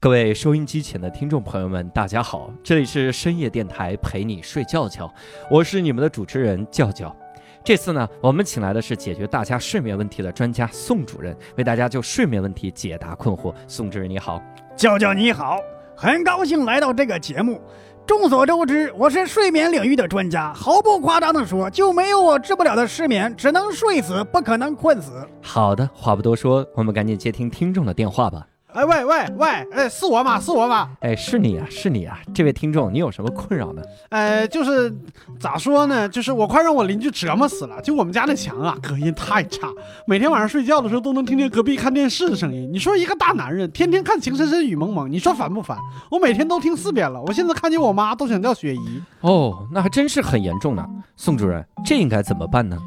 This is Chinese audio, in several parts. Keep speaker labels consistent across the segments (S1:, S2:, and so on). S1: 各位收音机前的听众朋友们，大家好，这里是深夜电台陪你睡觉觉，我是你们的主持人教教。这次呢，我们请来的是解决大家睡眠问题的专家宋主任，为大家就睡眠问题解答困惑。宋主任你好，
S2: 教教你好，很高兴来到这个节目。众所周知，我是睡眠领域的专家，毫不夸张地说，就没有我治不了的失眠，只能睡死，不可能困死。
S1: 好的，话不多说，我们赶紧接听听众的电话吧。
S2: 哎喂喂喂，哎是我吗？是我吗？
S1: 哎，是你啊，是你啊，这位听众，你有什么困扰呢？
S2: 呃，就是咋说呢？就是我快让我邻居折磨死了。就我们家那墙啊，隔音太差，每天晚上睡觉的时候都能听见隔壁看电视的声音。你说一个大男人天天看《情深深雨蒙蒙》，你说烦不烦？我每天都听四遍了，我现在看见我妈都想叫雪姨。
S1: 哦，那还真是很严重呢，哦宋主任，这应该怎么办呢？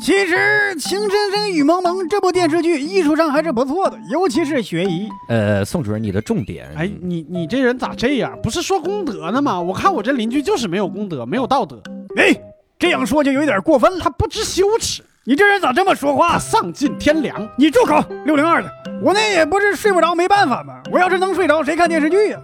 S2: 其实《情深深雨蒙蒙》这部电视剧艺术上还是不错的，尤其是学姨。
S1: 呃，宋主任，你的重点，
S3: 哎，你你这人咋这样？不是说功德呢吗？我看我这邻居就是没有功德，没有道德，
S2: 哎，这样说就有点过分了。
S3: 他不知羞耻，
S2: 你这人咋这么说话
S3: 他？丧尽天良。
S2: 你住口！六零二的，我那也不是睡不着没办法嘛。我要是能睡着，谁看电视剧呀、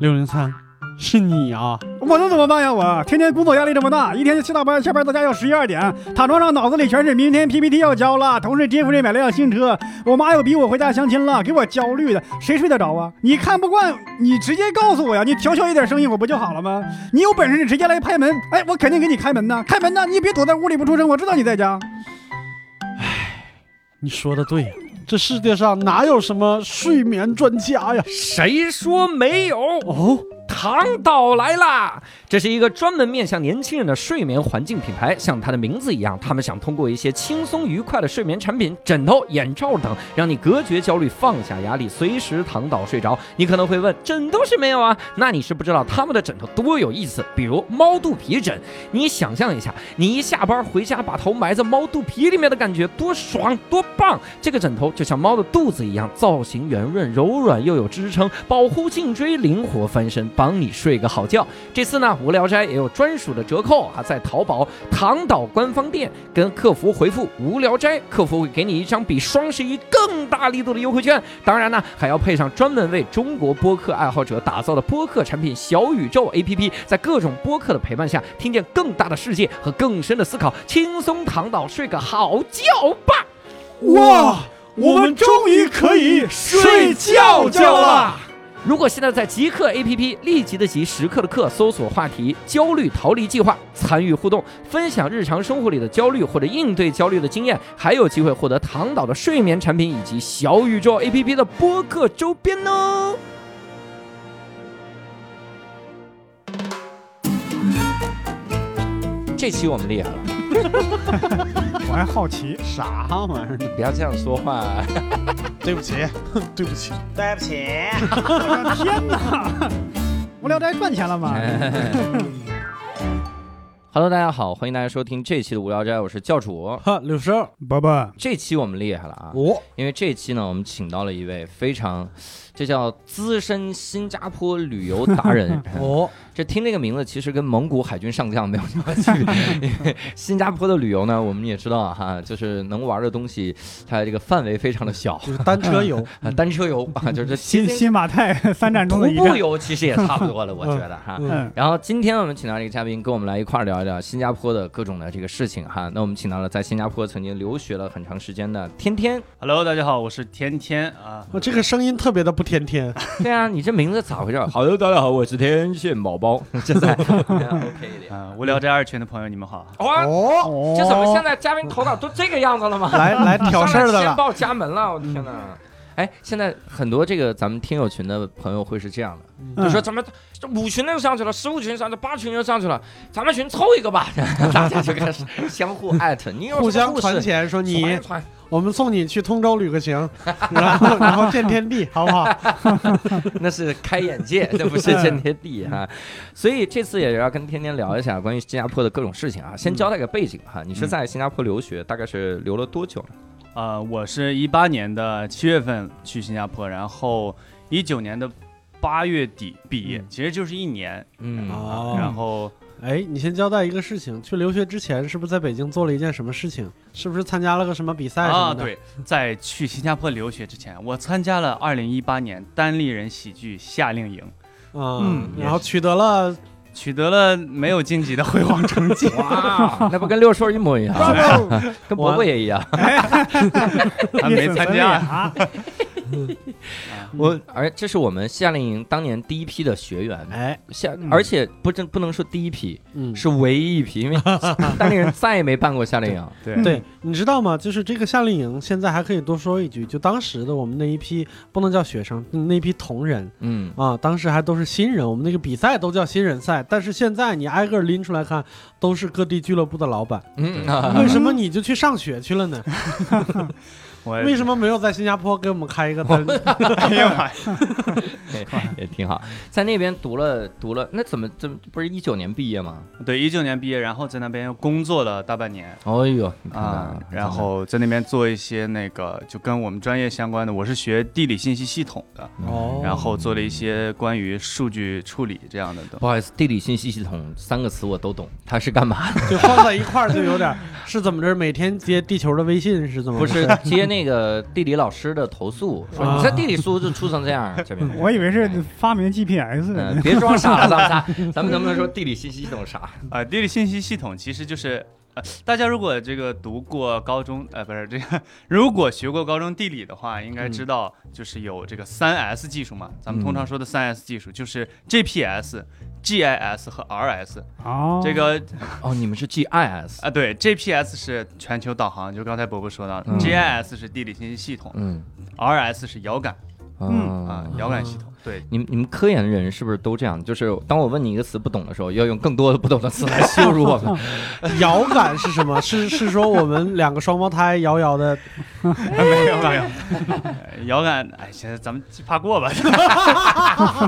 S3: 六零三，是你啊？
S2: 我能怎么办呀？我天天工作压力这么大，一天就七大班，下班到家要十一二点，躺床上脑子里全是明天 PPT 要交了，同事接夫人买了辆新车，我妈又逼我回家相亲了，给我焦虑的，谁睡得着啊？你看不惯，你直接告诉我呀，你调小一点声音，我不就好了吗？你有本事你直接来拍门，哎，我肯定给你开门呐，开门呐，你也别躲在屋里不出声，我知道你在家。
S3: 你说的对呀、这世界上哪有什么睡眠专家呀？
S1: 谁说没有？
S3: 哦，
S1: 唐导来啦！这是一个专门面向年轻人的睡眠环境品牌，像它的名字一样，他们想通过一些轻松愉快的睡眠产品，枕头、眼罩等，让你隔绝焦虑，放下压力，随时躺倒睡着。你可能会问，枕头是没有啊？那你是不知道他们的枕头多有意思，比如猫肚皮枕。你想象一下，你一下班回家，把头埋在猫肚皮里面的感觉多爽多棒！这个枕头就像猫的肚子一样，造型圆润、柔软又有支撑，保护颈椎，灵活翻身，帮你睡个好觉。这次呢，无聊斋也有专属的折扣啊，在淘宝唐岛官方店跟客服回复“无聊斋”，客服会给你一张比双十一更大力度的优惠券。当然呢，还要配上专门为中国播客爱好者打造的播客产品小宇宙 APP，在各种播客的陪伴下，听见更大的世界和更深的思考，轻松躺倒睡个好觉吧。
S2: 哇，
S3: 我们终于可以睡觉觉了。
S1: 如果现在在极客 APP 立即的极时刻的课搜索话题“焦虑逃离计划”，参与互动，分享日常生活里的焦虑或者应对焦虑的经验，还有机会获得唐岛的睡眠产品以及小宇宙 APP 的播客周边哦。这期我们厉害了，
S2: 我还好奇，
S3: 啥玩意儿？
S1: 不要这样说话。
S3: 对不 起，对不起。
S4: 对不起，
S2: 天哪，无聊斋赚钱了吗？
S5: 哎
S1: Hello，大家好，欢迎大家收听这期的无聊斋，我是教主。
S3: 哈，柳生，
S2: 伯伯，
S1: 这期我们厉害了啊！
S3: 我
S1: 因为这期呢，我们请到了一位非常，这叫资深新加坡旅游达人。
S3: 我
S1: 这听这个名字，其实跟蒙古海军上将没有什么区别。 因为新加坡的旅游呢，我们也知道啊哈，就是能玩的东西，它这个范围非常的小，
S3: 就是单车游，
S1: 啊单车游啊，就是
S2: 新新马泰三站
S1: 徒
S2: 中的一
S1: 步
S2: 站。
S1: 游其实也差不多了，我觉得哈。
S3: 嗯，
S2: 嗯，
S1: 然后今天我们请到这个嘉宾，跟我们来一块儿聊一聊新加坡的各种的这个事情哈。那我们请到了在新加坡曾经留学了很长时间的天天。
S4: ，Hello，大家好，我是天天啊。
S3: 我这个声音特别的不天天。
S1: 对啊，你这名字咋回事？好的，大家好，我是天线宝宝，这才 OK 一点。
S4: 啊，无聊斋二群的朋友，你们好。
S1: 哇，
S3: 哦，
S2: 哦
S1: 这怎么现在嘉宾头脑都这个样子了吗？
S3: 来 来挑事儿的
S1: 上来先
S3: 了。
S1: 报家门了，我天
S3: 嗯
S1: 哪！哎，现在很多这个咱们听友群的朋友会是这样的，
S2: 嗯
S1: 就说咱们这五群又上去了，十五群上去了，八群又上去了，咱们群凑一个吧， 大家就开始相互艾 特，你有
S3: 互
S1: 什么
S3: 相
S1: 故事
S3: 传钱，说你
S1: 传一传
S3: 我们送你去通州旅个 行，然后然后见天 地，好不好？
S1: 那是开眼界，那不是见天地哈。
S3: 嗯
S1: 所以这次也要跟天天聊一下关于新加坡的各种事情
S3: 嗯
S1: 啊。先交代个背景哈，你是在新加坡留学，大概是留了多久呢？
S4: 呃，我是一八年的七月份去新加坡，然后一九年的八月底毕业，
S3: 嗯
S4: 其实就是一年。
S1: 嗯
S3: 哦
S4: 然后
S3: 哎，你先交代一个事情，去留学之前是不是在北京做了一件什么事情？是不是参加了个什么比赛什
S4: 啊，
S3: 么的？，
S4: 对，在去新加坡留学之前，我参加了2018年单立人喜剧夏令营，
S3: 啊、
S5: 嗯
S3: 然后取得了
S4: 取得了没有晋级的辉煌成绩。
S5: 哇，那不跟六叔一模 一样， 跟伯伯也一样。
S4: 还没参加，
S2: 啊，
S5: 我而这是我们夏令营当年第一批的学员，
S3: 哎，
S5: 夏
S2: 嗯
S5: 而且不真不能说第一批，
S3: 嗯，
S5: 是唯一一批， 因为当地人再也没办过夏令营。
S4: 对
S3: 对，你知道吗？就是这个夏令营，现在还可以多说一句，就当时的我们那一批不能叫学生，那一批同仁
S5: 嗯，
S3: 啊，当时还都是新人，我们那个比赛都叫新人赛，但是现在你挨个拎出来看，都是各地俱乐部的老板，
S5: 嗯啊
S3: 为什么你就去上学去了呢？
S4: 我
S3: 为什么没有在新加坡给我们开一个单？
S4: 哎呀妈呀，
S5: 也挺好，在那边读了读了，那怎么怎么不是一九年毕业吗？
S4: 对，一九年毕业，然后在那边又工作了大半年
S5: 哎呦，你看
S4: 啊
S5: 看，
S4: 然后在那边做一些那个就跟我们专业相关的，我是学地理信息系统的，
S3: 哦
S4: 然后做了一些关于数据处理这样的东西。
S5: 不好意思，地理信息系统三个词我都懂，它是干嘛的？
S3: 就放在一块儿就有点儿是怎么着？每天接地球的微信是怎么？
S5: 不是接那个地理老师的投诉，说
S3: 啊
S5: 你在地理书就出成这 样，这边
S2: 我以为是发明 GPS
S5: 嗯，
S2: 呢。
S5: 别装傻了，咱们 仨，咱们能不能说地理信息系统啥？
S4: 啊、地理信息系统其实就是呃，大家如果这个读过高中，呃，不是这个， 如果学过高中地理的话，应该知道就是有这个三 S 技术嘛。咱们通常说的三 S 技术就是 GPS、GIS 和 RS。
S2: 哦，
S4: 这个
S5: 哦，你们是 GIS，
S4: 啊，对，GPS 是全球导航，就是刚才伯伯说到的、
S5: 嗯
S4: g i s 是地理信息系统
S5: 嗯
S4: ，RS 是遥感
S5: 嗯
S4: 啊、遥感系统。对，
S5: 你们你们科研人是不是都这样？就是当我问你一个词不懂的时候，要用更多的不懂的词来羞辱我们。
S3: 遥感是什么？是是说我们两个双胞胎遥遥的
S4: 没有没有， 呃遥感，哎，现在咱们怕过吧。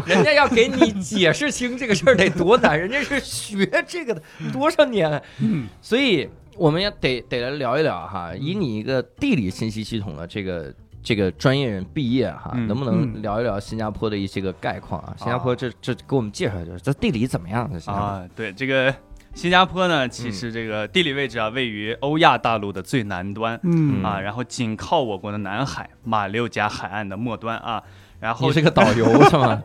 S5: 人家要给你解释清这个事儿得多难，人家是学这个的多少年，
S2: 嗯，
S5: 所以我们要得得来聊一聊哈，以你一个地理信息系统的这个。这个专业人毕业哈，
S4: 嗯
S5: 能不能
S2: 嗯
S5: 聊一聊新加坡的一些个概况啊？新加坡这这给我们介绍一下，这地理怎么样？这新加坡
S4: 啊，对，这个新加坡呢，其实这个地理位置啊，位于欧亚大陆的最南端、
S2: 嗯
S4: 啊，然后紧靠我国的南海马六甲海岸的末端啊，然后
S5: 你是个导游是吗？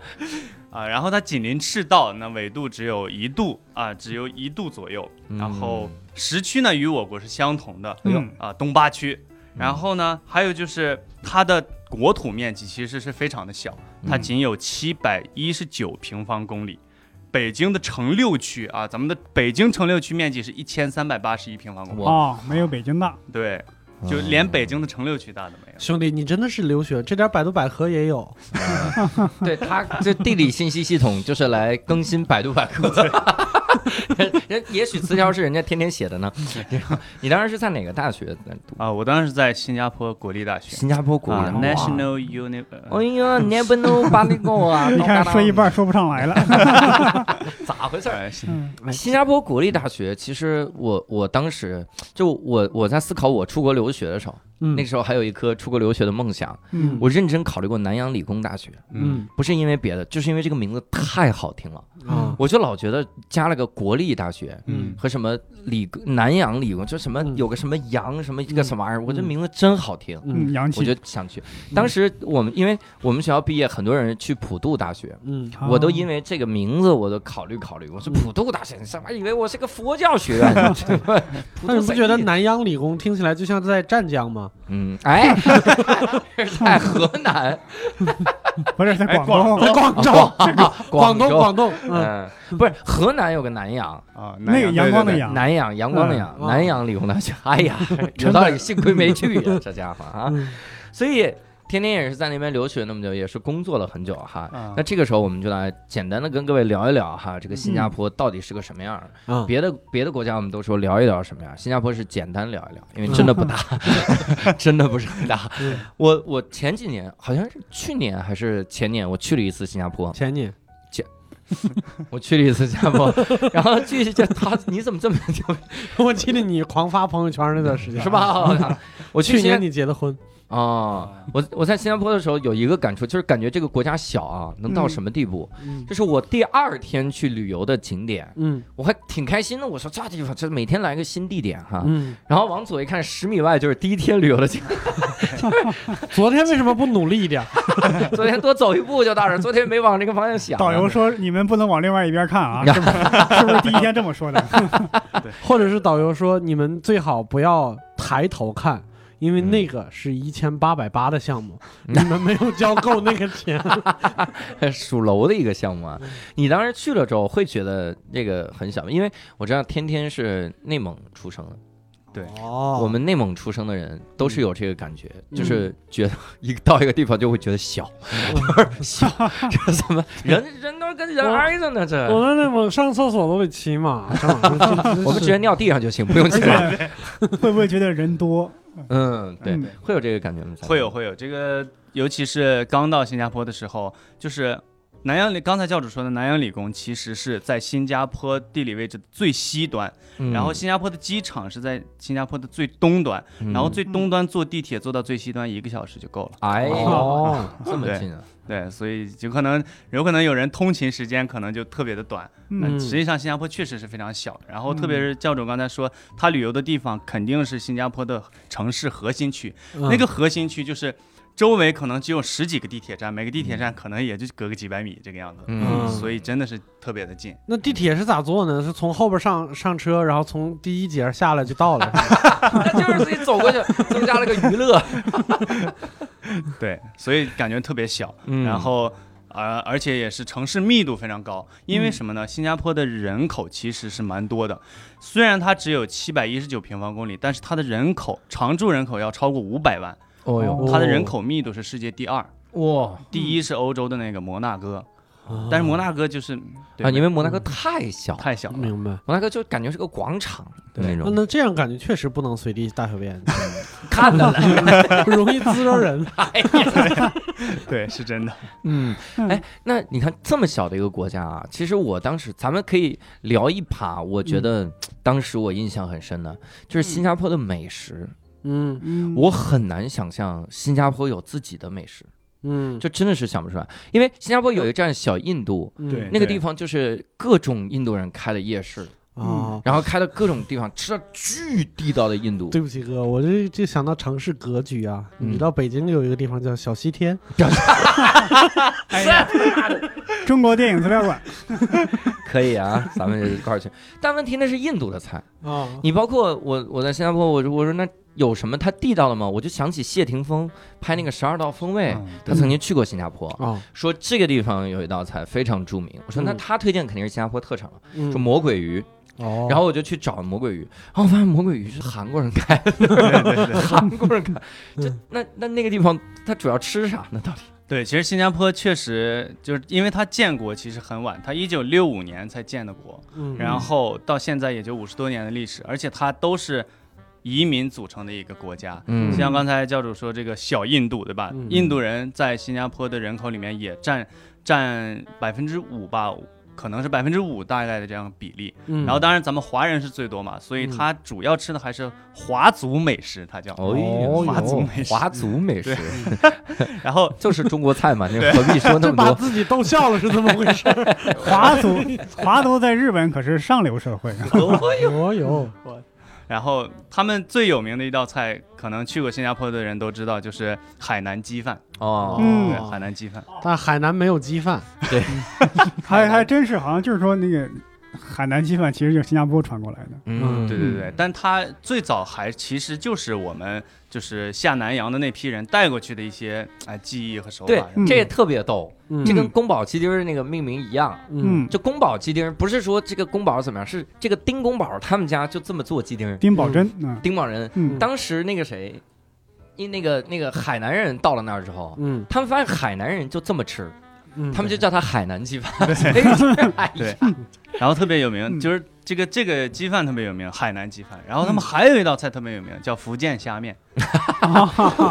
S4: 啊，然后它紧邻赤道，那纬度只有一度啊，只有一度左右，然后时区呢与我国是相同的，
S2: 哎呦
S4: 啊，东八区，
S2: 嗯
S4: 然后呢，还有就是它的国土面积其实是非常的小，它
S2: 嗯
S4: 仅有七百一十九平方公里。北京的城六区啊，咱们的北京城六区面积是一千三百八十一平方公里，
S5: 我
S2: 哦，没有北京 大，
S4: 对，就连北京的城六区大都没有。
S3: 兄弟，你真的是留学，这点百度百科也有。
S5: 对他这地理信息系统就是来更新百度百科 的，人也许词条是人家天天写的 呢。你当时是在哪个大学读？
S4: 啊，我当时在新加坡国立大学
S5: 新加坡国立
S4: 啊
S5: 大学
S4: ，National Uni，呃
S5: 哎呀，你不能把那个啊！
S2: 你看说一半说不上来了。
S5: 咋回事儿？
S4: 呃新
S2: 嗯
S3: 哎
S5: 新加坡国立大学，其实我我当时就我我在思考我出国留学的时候，
S3: 嗯
S5: 那个时候还有一颗出国留学的梦想，
S2: 嗯
S5: 我认真考虑过南洋理工大学，
S3: 嗯
S5: 不是因为别的，就是因为这个名字太好听了，
S3: 啊
S5: 我就老觉得加了个国立大学，
S3: 嗯
S5: 和什么理南洋理工，就什么
S3: 嗯
S5: 有个什么洋什么一个什么玩意儿，我这
S3: 嗯
S5: 名字真好听，
S2: 嗯，
S3: 嗯
S2: 洋
S5: 我
S2: 气
S5: 就想去。当时我们因为我们学校毕业，很多人去普渡大学。
S3: 嗯
S5: 我都因
S2: 为
S5: 为这个名字，我都考虑考虑。我说
S3: 嗯
S5: 普渡大学，你他妈以为我是个佛教学院？ 普
S3: 但是
S5: 渡
S3: 不觉得
S5: 谁
S3: 南洋理工听起来就像在湛江吗？
S5: 嗯，哎， 在河南、
S2: 不是在
S4: 哎
S2: 广东，
S3: 在广州，
S5: 广
S3: 东，
S5: 州，
S3: 广东，嗯，
S5: 嗯，不是河南有个南洋，
S4: 啊，南
S2: 那个阳光的
S4: 对对对
S2: 阳，
S5: 南洋阳光的阳，
S3: 嗯
S5: 南洋理工大学。哎 呀，有道理，幸亏没去呀，这家伙啊。
S3: 嗯
S5: 所以天天也是在那边留学那么久，也是工作了很久哈。
S3: 嗯
S4: 啊
S5: 那这个时候我们就来简单的跟各位聊一聊哈，这个新加
S3: 嗯
S5: 坡到底是个什么样儿？
S3: 啊，
S5: 别的别的国家我们都说聊一聊什么样儿，新加坡是简单聊一聊，因为真 的不大， 真的不是很大。
S3: 嗯
S5: 我我前几年好像是去年还是前年，我去了一次新加坡，
S3: 前 年
S5: 我去了一次新加坡，然后去就他你怎么这么久
S3: 我记得你狂发朋友圈那段时间
S5: 是？吧？我靠我去
S3: 去
S5: 新加
S3: 年你结的婚，
S5: 啊。我我在新加坡的时候有一个感触，就是感觉这个国家小啊，能到
S2: 嗯
S5: 什么地步？
S3: 嗯
S5: 这是我第二天去旅游的景点，
S3: 嗯
S5: 我还挺开心的。我说这地方这每天来个新地点哈。
S3: 嗯，
S5: 然后往左一看，十米外就是第一天旅游的景
S3: 昨天为什么不努力一点？
S5: 点。昨天多走一步就到这儿，昨天没往这个方向想 啊。
S2: 导游说你们不能往另外一边看啊，是不是？是不是第一天这么说的？
S3: 或者是导游说你们最好不要抬头看，因为那个是一千八百八的项目，
S5: 嗯
S3: 你们没有交够那个 钱。
S5: 属楼的一个项目啊。你当时去了之后会觉得这个很小，因为我知道天天是内蒙出生的，
S3: 哦
S5: 我们内蒙出生的人都是有这个感觉，
S3: 嗯
S5: 就是觉得一到一个地方就会觉得小， 小，这怎么人人都跟人
S3: 我
S5: 挨着呢？这
S3: 我在内蒙上厕所都得骑 马上，
S5: 我们直接尿地上就行，不用
S2: 而
S5: 起来。
S2: 且会不会觉得人多？
S5: 嗯，对
S2: 嗯，
S5: 会有这个感觉吗？
S4: 会有会有这个，尤其是刚到新加坡的时候，就是南洋理，刚才教主说的南洋理工其实是在新加坡地理位置的最西端，
S5: 嗯，
S4: 然后新加坡的机场是在新加坡的最东端，
S5: 嗯
S4: 然后最东端坐地铁坐到最西端一个小时就够了。
S5: 哎呦，
S3: 哦，
S5: 这么近啊！
S4: 对，所以有可能有可能有人通勤时间可能就特别的短，
S2: 嗯
S3: 嗯
S4: 实际上新加坡确实是非常小，然后特
S5: 嗯
S4: 别是教主刚才说他旅游的地方肯定是新加坡的城市核心区，
S3: 嗯
S4: 那个核心区就是周围可能只有十几个地铁站，每个地铁站可能也就隔个几百米这个样子，
S5: 嗯
S4: 所以真的是特别的近。
S3: 那地铁是咋坐呢？是从后边上上车，然后从第一节下来就到了。
S5: 那就是自己走过去，增加了个娱乐。
S4: 对，所以感觉特别小，
S5: 嗯
S4: 然后。而而且也是城市密度非常高，因为什么呢？新加坡的人口其实是蛮多的，虽然它只有七百一十九平方公里，但是它的人口常住人口要超过五百万，
S5: 哦
S2: 哟
S5: 哟，
S4: 它的人口密度是世界第二，
S5: 哇
S4: 第一是欧洲的那个摩纳哥，
S5: 哦
S4: 但是摩纳哥就是对
S5: 啊！因为摩纳哥太小，
S4: 太小了，
S3: 明白。
S5: 摩纳哥就感觉是个广场的那
S3: 那
S5: 种，
S3: 那这样感觉确实不能随地大小便，
S5: 看的了。
S3: 容易滋着 人。
S4: 对，是真的。
S5: 嗯，哎，那你看这么小的一个国家啊，其实我当时咱们可以聊一趴，我觉得当时我印象很深的，就是新加坡的美食，
S3: 嗯
S2: 嗯
S5: 我很难想象新加坡有自己的美食，
S3: 嗯，
S5: 就真的是想不出来，因为新加坡有一站小印度。
S3: 嗯
S4: 对
S5: 那个地方就是各种印度人开的夜市，
S3: 啊。
S5: 然后开的各种地方吃了巨地道的印度，
S3: 对不起哥，我这就想到城市格局啊。
S5: 嗯
S3: 你知道北京有一个地方叫小西天，
S2: 哎呀，中国电影资料馆，
S5: 可以啊，咱们一块儿去。但问题那是印度的菜，
S3: 啊，
S5: 你包括我，我在新加坡，我说我说那有什么他地道的吗？我就想起谢霆锋拍那个《十二道锋味》，
S4: 嗯
S5: 他曾经去过新加坡，
S3: 啊，
S5: 说这个地方有一道菜非常著名。我说
S3: 嗯
S5: 那他推荐肯定是新加坡特产了，
S3: 嗯
S5: 说魔鬼鱼。
S3: 哦，
S5: 然后我就去找魔鬼鱼，然后我发现魔鬼鱼是韩国人开的，
S4: 对对对
S5: 韩国人开。这
S3: 嗯
S5: 那那那个地方他主要吃啥呢？到底？
S4: 对，其实新加坡确实就是因为它建国其实很晚，它一九六五年才建的国，
S3: 嗯
S4: 然后到现在也就五十多年的历史，而且它都是移民组成的一个国家。
S5: 嗯
S4: 像刚才教主说这个小印度，对吧
S3: 嗯？
S4: 印度人在新加坡的人口里面也占占百分之五吧，可能是百分之五大概的这样比例。
S3: 嗯
S4: 然后当然咱们华人是最多嘛，所以
S3: 嗯
S4: 它主要吃的还是华族美食，它叫。
S5: 哦
S3: 哦
S5: 呦，
S3: 华
S4: 族美食
S5: 华族美食
S4: 然后
S5: 就是中国菜嘛，那何必说那
S3: 这
S5: 么
S3: 把
S5: 多？
S3: 自己逗笑了是怎么回事？
S2: 华族，华族在日本可是上流社 会啊。
S3: 有有，
S4: 然后他们最有名的一道菜，可能去过新加坡的人都知道，就是海南鸡饭。
S5: 哦，
S2: 嗯
S4: 对，海南鸡饭。
S3: 但海南没有鸡饭，
S2: 还还真是，好像就是说那个海南鸡饭其实就是新加坡传过来的。
S5: 嗯，
S4: 对对对，但它最早还其实就是我们就是下南洋的那批人带过去的一些哎技艺和手法。
S5: 对，
S2: 嗯
S5: 这也特别逗，
S3: 嗯
S5: 这跟宫保鸡丁儿那个命名一样。
S3: 嗯
S2: 嗯，
S5: 就宫保鸡丁儿不是说这个宫保怎么样，是这个丁宫保他们家就这么做鸡丁儿。
S2: 丁宝桢，嗯
S5: 丁宝人
S2: 嗯，
S5: 当时那个谁，因那个那个海南人到了那儿之后，
S3: 嗯
S5: 他们发现海南人就这么吃，
S3: 嗯，
S5: 他们就叫他海南鸡饭。 哎呀
S4: 对，然后特别有名，
S2: 嗯
S4: 就是这个这个鸡饭特别有名，海南鸡饭。然后他们还有一道菜特别有名，叫福建虾面。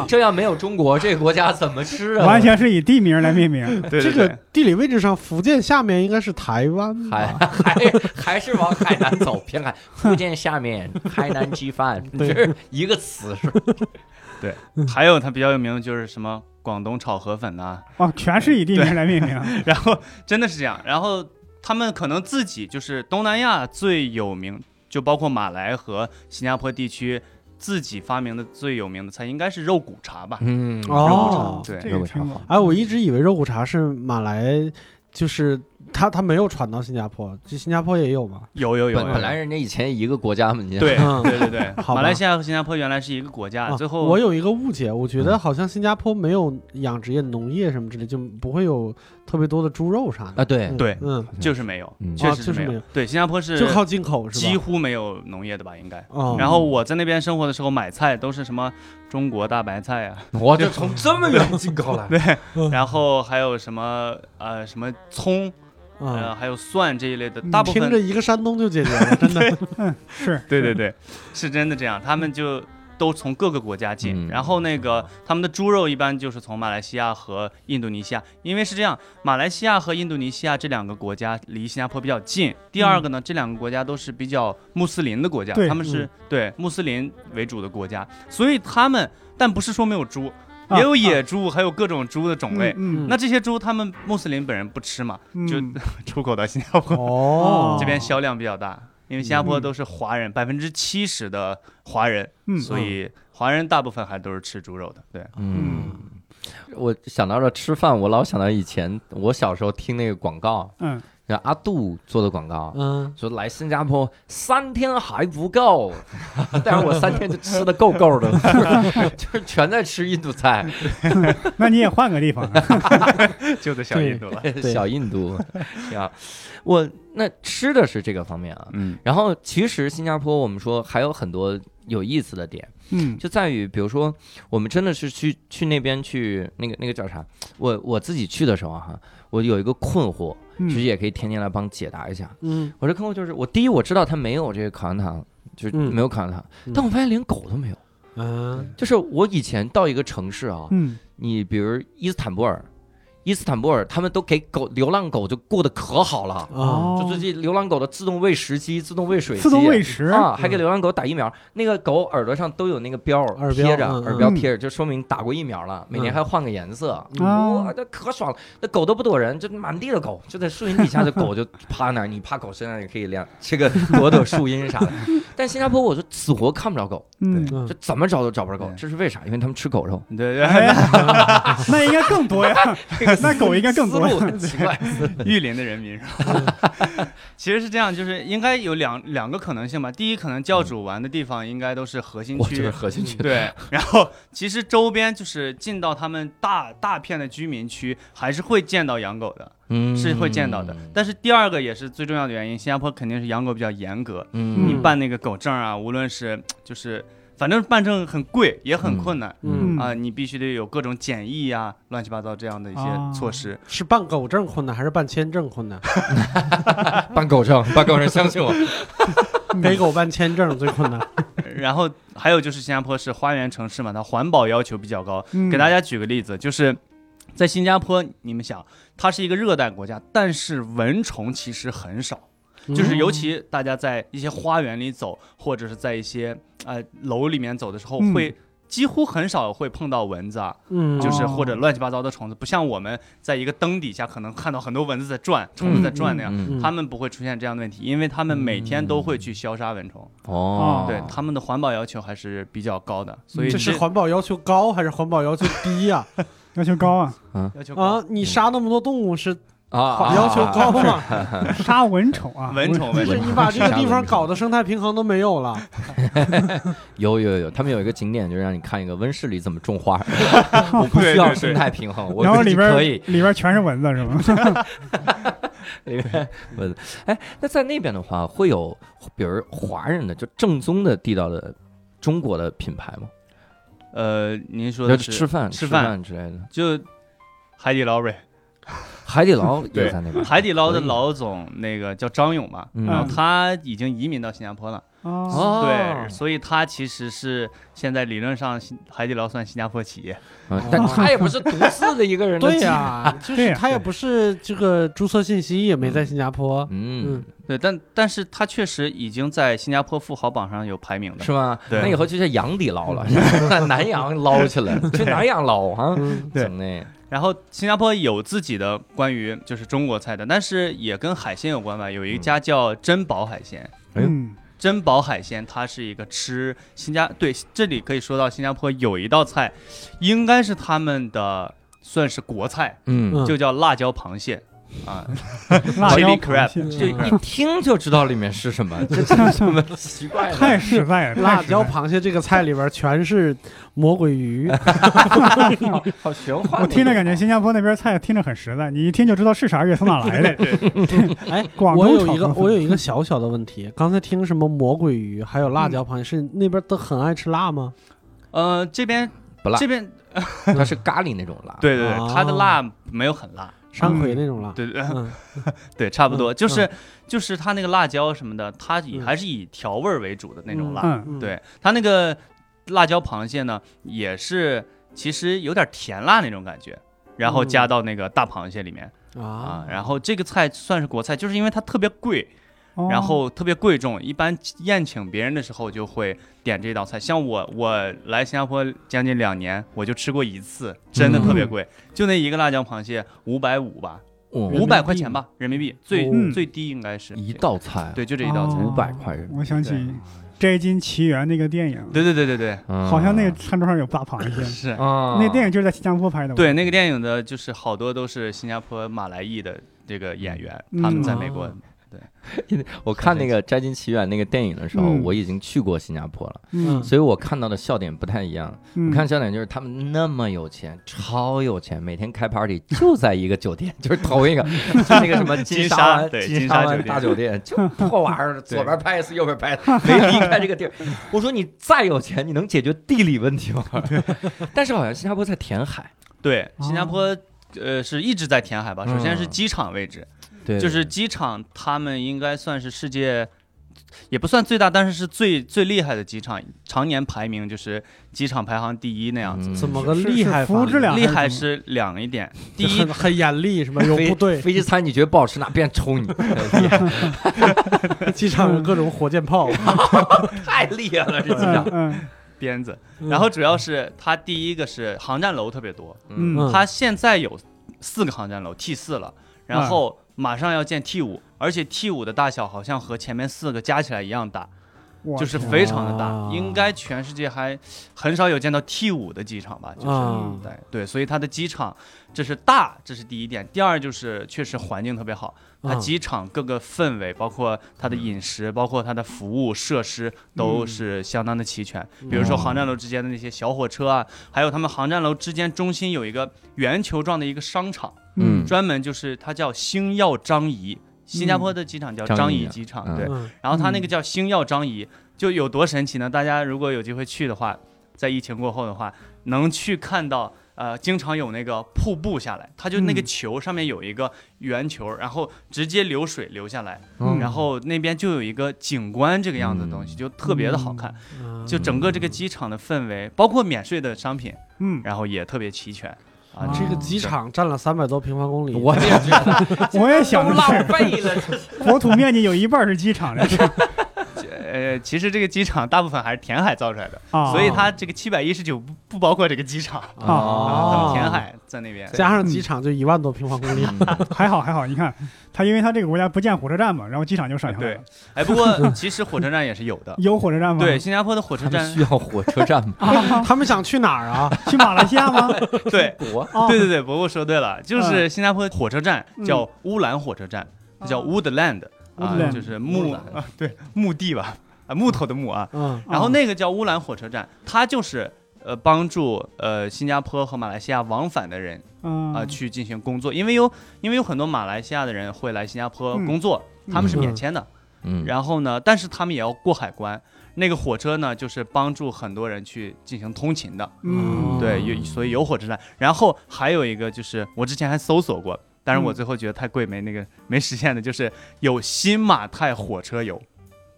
S5: 这要没有中国，这个国家怎么吃啊？
S2: 完全是以地名来命名。
S4: 对
S3: 这
S4: 对
S3: 个
S4: 对
S3: 地理位置上，福建下面应该是台湾吧
S5: 还还还是往海南 走，偏海。福建下面海南鸡饭，这是一个词是吧？
S4: 还有它比较有名的就是什么广东炒河粉呐、
S2: 哦，全是以地名来命名。啊
S4: 然后真的是这样，然后他们可能自己就是东南亚最有名，就包括马来和新加坡地区自己发明的最有名的菜应该是肉骨茶吧？
S1: 嗯，
S3: 哦，
S4: 对，
S2: 这个听过，
S3: 哎，我一直以为肉骨茶是马来，就是它它没有传到新加坡，这新加坡也有嘛？
S4: 有有有
S5: 本
S4: 有
S5: 本来人家以前一个国家嘛，你
S4: 对
S3: 嗯
S4: 对对对，
S3: 好吧
S4: 马来西亚和新加坡原来是一个国家，
S3: 啊
S4: 最后
S3: 我有一个误解，我觉得好像新加坡没有养殖业、农业什么之类，就不会有特别多的猪肉啥的。
S5: 啊，对
S3: 嗯
S4: 对
S3: 嗯，
S4: 就是没有
S5: 嗯，
S4: 确
S3: 哦
S4: 实
S3: 就是
S4: 没
S3: 没
S4: 有
S3: 有。
S4: 对，新加坡是
S3: 就靠进口是吧？
S4: 几乎没有农业的吧，应该。
S3: 哦，
S4: 然后我在那边生活的时候买菜都是什么中国大白菜啊，
S1: 我这从这么远进口来，
S3: 嗯
S4: 然后还有什么呃什么葱，呃
S3: 嗯，
S4: 还有蒜这一类的，大部
S3: 听着
S4: 分
S3: 一个山东就解决了，真的。
S2: 是
S4: 对对对，是真的这样，他们就都从各个国家进，
S5: 嗯
S4: 然后那个他们的猪肉一般就是从马来西亚和印度尼西亚，因为是这样，马来西亚和印度尼西亚这两个国家离新加坡比较近，第二个呢，这两个国家都是比较穆斯林的国家，
S2: 对
S4: 他们是
S3: 嗯
S4: 对穆斯林为主的国家，所以他们但不是说没有猪，
S2: 啊
S4: 也有野猪，还有各种猪的种类。
S2: 嗯，
S4: 那这些猪，他们穆斯林本人不吃嘛，
S2: 嗯
S4: 就
S2: 嗯
S4: 出口到新加坡，
S3: 哦，
S4: 这边销量比较大，因为新加坡都是华人，百分之七十的华人，
S2: 嗯
S4: 所以华人大部分还都是吃猪肉的。对，
S5: 嗯，我想到了吃饭，我老想到以前我小时候听那个广告，
S2: 嗯，
S5: 那阿杜做的广告，
S3: 嗯，
S5: 说来新加坡三天还不够，但是我三天就吃的够够的，就是全在吃印度菜，
S2: 那你也换个地方啊，
S4: 就在小印度了。
S5: 小印度，啊，我那吃的是这个方面啊。
S4: 嗯
S5: 然后其实新加坡我们说还有很多有意思的点，
S2: 嗯，
S5: 就在于，比如说，我们真的是去去那边去那个那个叫啥？我我自己去的时候啊哈、我有一个困惑，
S2: 嗯
S5: 其实也可以天天来帮解答一下。
S3: 嗯，
S5: 我这困惑就是，我第一我知道它没有这个口香糖，就是
S3: 嗯
S5: 没有口香糖，
S3: 嗯
S5: 但我发现连狗都没有。
S3: 嗯，
S5: 就是我以前到一个城市啊，
S2: 嗯，
S5: 你比如伊斯坦布尔，伊斯坦布尔他们都给狗流浪狗就过得可好了，
S3: 哦，
S5: 就最近流浪狗的自动喂食机、自动喂水机、
S2: 自动喂食，
S5: 啊，还给
S3: 嗯
S5: 流浪狗打疫苗，那个狗耳朵上都有那个标儿
S3: 耳标
S5: 贴着，
S3: 嗯
S5: 耳标
S2: 嗯
S5: 贴着，就说明打过疫苗了。每年
S3: 嗯
S5: 还换个颜色，
S2: 啊
S5: 哇，这可爽了！那狗都不躲人，就满地的狗，就在树荫底下的狗就趴那儿，你趴狗身上也可以晾，这个躲躲树荫啥的。 但新加坡我就死活看不着狗，
S2: 嗯，
S3: 嗯
S5: 就怎么找都找不着狗
S4: 对，
S5: 这是为啥？因为他们吃狗肉，
S4: 对对，
S2: 哎 呀，那应该更多呀，那狗应该更
S5: 思
S2: 多呀。
S5: 路很奇怪。
S4: 玉林的人民是吧？ 其实是这样，就是应该有两两个可能性吧。第一，可能教主玩的地方应该都是核心
S5: 我这
S4: 区
S5: 是，核心区，
S4: 对。然后其实周边就是进到他们大大片的居民区，还是会见到养狗的，
S5: 嗯
S4: 是会见到的。但是第二个也是最重要的原因，新加坡肯定是养狗比较严格，
S5: 嗯
S4: 你办那个狗证啊，无论是就是反正办证很贵，也很困难。
S3: 嗯，
S4: 啊，你必须得有各种检疫啊，乱七八糟这样的一些
S2: 啊
S4: 措施。
S3: 是办狗证困难还是办签证困 难？
S5: 办狗证，办狗证，相信我。
S3: 给狗办签证最困难。
S4: 然后还有就是新加坡是花园城市嘛，它环保要求比较高。
S2: 嗯
S4: 给大家举个例子，就是在新加坡，你们想，它是一个热带国家，但是蚊虫其实很少，
S3: 嗯
S4: 就是尤其大家在一些花园里走，或者是在一些呃楼里面走的时候，
S2: 嗯
S4: 会几乎很少会碰到蚊子啊，
S3: 嗯，
S4: 就是
S2: 哦
S4: 或者乱七八糟的虫子，不像我们在一个灯底下可能看到很多蚊子在转，虫子在转那样。
S5: 嗯，
S4: 他们不会出现这样的问题，因为他们每天都会去消杀蚊虫，
S5: 哦，
S4: 对他们的环保要求还是比较高的，所以
S3: 这是环保要求高还是环保要求低 呀？
S2: 要求高啊，
S4: 要求高。
S3: 啊，你杀那么多动物是
S5: 啊，
S3: 要求高 嘛？
S2: 杀蚊虫啊，
S4: 蚊虫，蚊
S3: 就是
S4: 虫，
S3: 你把这个地方搞得生态平衡都没有了。
S5: 有有有，他们有一个景点，就是让你看一个温室里怎么种花儿， 我不需要生态平衡，我
S2: 然后
S5: 自己
S2: 里边
S5: 可以。
S2: 里边全是蚊子是吗？
S5: 里边我哎，那在那边的话，会有比如华人的就正宗的地道的中国的品牌吗？
S4: 呃，您说
S5: 就
S4: 的
S5: 是吃
S4: 是
S5: 饭
S4: 吃饭
S5: 饭之类的，
S4: 就海底捞呗，
S5: 海底 捞也
S4: 对
S5: 在那边。
S4: 海底捞的
S5: 可以
S4: 老总那个叫张勇嘛，
S5: 嗯
S4: 然后他已经移民到新加坡了，
S2: 哦，
S5: 哦，
S4: 对，所以他其实是现在理论上新海底捞算新加坡企业，
S5: 嗯 但他也不是独自的一个人的
S3: 对
S5: 记忆
S3: 呀，就是他也不是这个注册信息也没在新加坡。
S5: 嗯
S3: 嗯，
S4: 对，但但是它确实已经在新加坡富豪榜上有排名
S2: 嗯
S4: 的
S5: 是。吗？
S4: 对
S5: 那以后就叫洋底捞 了，那南洋捞去了，去南洋捞啊，
S3: 嗯
S2: 对
S5: 怎么的？
S4: 然后新加坡有自己的关于就是中国菜的，但是也跟海鲜有关吧。有一
S5: 嗯
S4: 家叫珍宝海鲜，
S5: 哎呦
S2: 嗯，
S4: 珍宝海鲜它是一个吃新加对这里可以说到新加坡有一道菜，应该是他们的算是国菜，
S5: 嗯，
S3: 嗯
S4: 就叫辣椒螃蟹啊，
S2: 辣椒螃
S4: Chili crab
S2: 蟹
S3: 嗯
S5: 就一听就知道里面是 什么，这这什么奇怪的？
S2: 太实在了，
S3: 辣
S2: 太实在
S3: 椒
S2: 了。
S3: 螃蟹这个菜里边全是魔鬼 鱼，
S5: 好玄幻的。
S2: 我听着感觉新加坡那边菜听着很实在，你一听就知道是啥月从哪来的。
S3: 哎，
S2: 广
S3: 我
S2: 东
S3: 有
S2: 炒
S3: 一个
S2: 河粉
S3: 我有一个小小的问题，刚才听什么魔鬼鱼，还有辣
S2: 嗯
S3: 椒螃蟹，是那边都很爱吃辣吗？
S4: 呃，这边
S5: 不辣哦
S4: 这边
S5: 它是咖喱那种辣，，
S4: 对对对，
S3: 啊
S4: 它的辣没有很辣，
S3: 山葵那种辣，
S4: 对对
S3: 嗯，
S4: 对，差不多，
S3: 嗯
S4: 就是就是它那个辣椒什么的，它以
S3: 嗯
S4: 还是以调味儿为主的那种辣。
S2: 嗯，
S3: 嗯，
S4: 对，它那个辣椒螃蟹呢，也是其实有点甜辣那种感觉。然后
S3: 嗯
S4: 加到那个大螃蟹里面、啊
S3: 啊，，
S4: 然后这个菜算是国菜，就是因为它特别贵，
S2: 哦
S4: 然后特别贵重，一般宴请别人的时候就会点这道菜。像我，我来新加坡将近两年，我就吃过一次，真的
S3: 嗯
S4: 特别贵，就那一个辣椒螃蟹五百五吧，
S5: 哦，
S4: 五百块钱吧，人民币最、
S2: 嗯
S4: 最低应该是
S5: 一道菜
S4: 对，就这一道菜。
S2: 哦
S5: 500块人民币
S2: 我想起《
S4: 对
S2: 摘金奇缘》那个电影，
S4: 对对对对对，
S2: 好像那个
S5: 嗯
S2: 餐桌上有大螃蟹，
S4: 是。
S5: 啊，
S2: 那电影就是在新加坡拍的。
S4: 对，那个电影的，就是好多都是新加坡、马来裔的这个演员，
S2: 嗯
S4: 他们在美国
S3: 哦
S5: 我看那个《摘金奇缘》那个电影的时候，
S2: 嗯
S5: 我已经去过新加坡了，
S2: 嗯，
S5: 所以我看到的笑点不太一样。
S2: 嗯，
S5: 你看笑点就是他们那么有钱，超有钱，每天开 party 就在一个酒店， 就是头一个，就那个什么
S4: 金
S5: 沙
S4: 沙
S5: 湾
S4: 对
S5: 金
S4: 金
S5: 沙
S4: 沙
S5: 湾
S4: 酒店
S5: 大酒店，就破玩意 儿，左边拍一次，右边拍一次， 没离开这个地儿。我说你再有钱，你能解决地理问题吗？ 但是好像新加坡在填海，
S4: 对新加坡。呃，是一直在填海吧？首先是
S5: 嗯
S4: 机场位置，
S5: 对
S4: 就是机场，他们应该算是世界，也不算最大，但是是最最厉害的机场，常年排名就是机场排行第一那
S5: 嗯
S4: 样子。
S3: 怎么
S2: 是
S3: 个厉害
S2: 是服务
S3: 法？
S2: 质量
S4: 厉害是两一点，第一
S3: 很很严厉是吧？有部
S5: 飞
S3: 队，
S5: 飞机餐你觉得不好吃，拿鞭抽你，
S3: 机场
S4: 嗯
S3: 有各种火箭炮，
S5: 太厉害了，这
S2: 嗯
S5: 机长。
S2: 嗯
S4: 鞭子，
S3: 嗯
S4: 然后主要是它第一个是航站楼特别多，
S2: 嗯
S3: 嗯
S4: 它现在有四个航站楼 T 四了，然后马上要建 T 五，而且 T 五的大小好像和前面四个加起来一样大，
S2: 我
S4: 就是
S2: 天
S4: 非常的
S3: 啊
S4: 大，应该全世界还很少有见到 T 五的机场吧？就是、
S3: 啊
S4: 对对，所以它的机场这是大，这是第一点。第二就是确实环境特别好，它
S3: 啊
S4: 机场各个氛围，包括它
S3: 嗯
S4: 的饮食，包括它的服务设施都是相当的齐全。比
S3: 嗯
S5: 嗯
S4: 如说航站楼之间的那些小火车啊，还有他们航站楼之间中心有一个圆球状的一个商场，
S5: 嗯
S4: 专门就是它叫星耀张仪。新加坡的机场叫张
S5: 张仪
S4: 仪
S5: 啊
S4: 机场，
S5: 嗯
S4: 对，
S3: 嗯
S4: 然后它那个叫星耀张仪，就有多神奇呢？大家如果有机会去的话，在疫情过后的话，能去看到。呃，经常有那个瀑布下来，它就那个
S2: 嗯
S4: 球上面有一个圆球，然后直接流水流下来，
S2: 嗯
S4: 然后那边就有一个景观这个样子的东西，
S5: 嗯
S4: 就特别的好看。
S3: 啊
S4: 就整个这个机场的氛围，包括免税的商品，
S2: 嗯，
S4: 然后也特别齐全啊。
S3: 这个机场占了三百多平方公里，
S4: 嗯
S5: 我也觉得
S2: 我也想
S5: 都
S2: 的
S5: 浪
S2: 是，
S5: 费了，
S2: 国土面积有一半是机场的
S4: 呃，其实这个机场大部分还是填海造出来的，
S2: 啊，
S4: 所以它这个七百一十九不不包括这个机场，
S2: 啊
S4: 他
S3: 哦
S4: 们填海在那边。
S3: 加上机场就一万多平方公里，
S2: 还好还好，你看它因为它这个国家不建火车站嘛，然后机场就上去
S4: 对
S2: 了。，
S4: 哎，不过其实火车站也是有的。
S2: 有火车站吗？
S4: 对，，新加坡的火车
S5: 嗯他们
S4: 站，
S5: 需要火车站吗？
S3: 他们想去哪儿啊？
S2: 去马来西亚吗？
S4: 对，
S5: 国嗯
S2: 啊，
S4: 对对对，伯伯说对了，就是新加坡火车站
S2: 嗯
S4: 叫乌兰火车站，它叫 Woodland 啊
S2: Woodland，
S4: 就是木
S5: 哦乌兰
S4: 啊，对，墓地吧，啊，木头的木啊。
S3: 嗯
S4: 然后那个叫乌兰火车站，它就是呃帮助呃新加坡和马来西亚往返的人
S2: 嗯
S4: 啊、去进行工作，因为有因为有很多马来西亚的人会来新加坡
S2: 嗯
S4: 工作，他们是
S3: 嗯
S4: 免签的。
S5: 嗯，
S4: 然后呢，但是他们也要过海关。那个火车呢，就是帮助很多人去进行通勤的，
S2: 嗯
S4: 对，有所以有火车站。然后还有一个就是我之前还搜索过，但是我
S2: 嗯
S4: 最后觉得太贵，没那个没实现的，就是有新马泰火车游，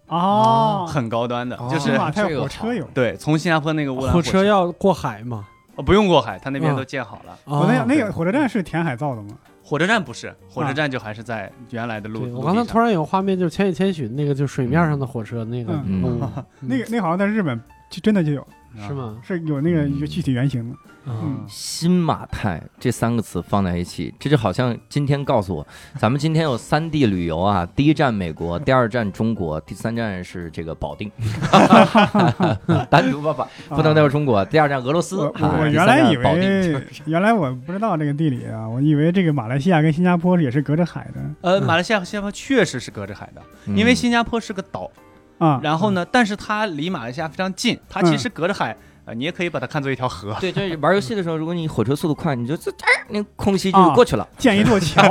S2: 哦，
S4: 很高端的，就
S5: 哦
S2: 新
S4: 是
S2: 马泰
S5: 这个
S2: 火车有。
S4: 对，从新加坡那个乌兰
S3: 火
S4: 车
S3: 车要过海嘛？
S4: 哦不用过海，他那边
S3: 嗯
S4: 都建好了。
S2: 哦我那
S3: 啊
S2: 那个火车站是填海造的吗？
S4: 火车站不是，火车站就还是在原来的路。
S3: 对
S4: 路
S3: 我刚才
S4: 地上
S3: 突然有画面，就是《千与千寻》那个，就水面上的火车那个，
S2: 嗯
S3: 嗯，
S2: 那个那好像在日本就真的就有，
S4: 啊
S3: 是吗？
S2: 是有那个有具体原型的。
S3: 嗯
S2: 嗯，
S5: 新马泰这三个词放在一起，这就好像今天告诉我，咱们今天有三地旅游啊，第一站美国，第二站中国，第三站是这个保定，单独吧吧，不能代表中国。第二站俄罗斯，
S2: 我
S5: 啊
S2: 我我
S5: 第
S2: 原
S5: 三
S2: 来
S5: 站
S2: 以
S5: 保定。
S2: 为，原来我不知道这个地理啊，我以为这个马来西亚跟新加坡也是隔着海的
S4: 呃，马来西亚和新加坡确实是隔着海的，
S5: 嗯
S4: 因为新加坡是个岛，
S2: 啊。
S4: 然后呢，但是它离马来西亚非常近，它其实隔着海，呃，你也可以把它看作一条河。
S5: 对，就是玩游戏的时候，如果你火车速度快，你就这哎那空隙就过去了
S2: 建一座桥，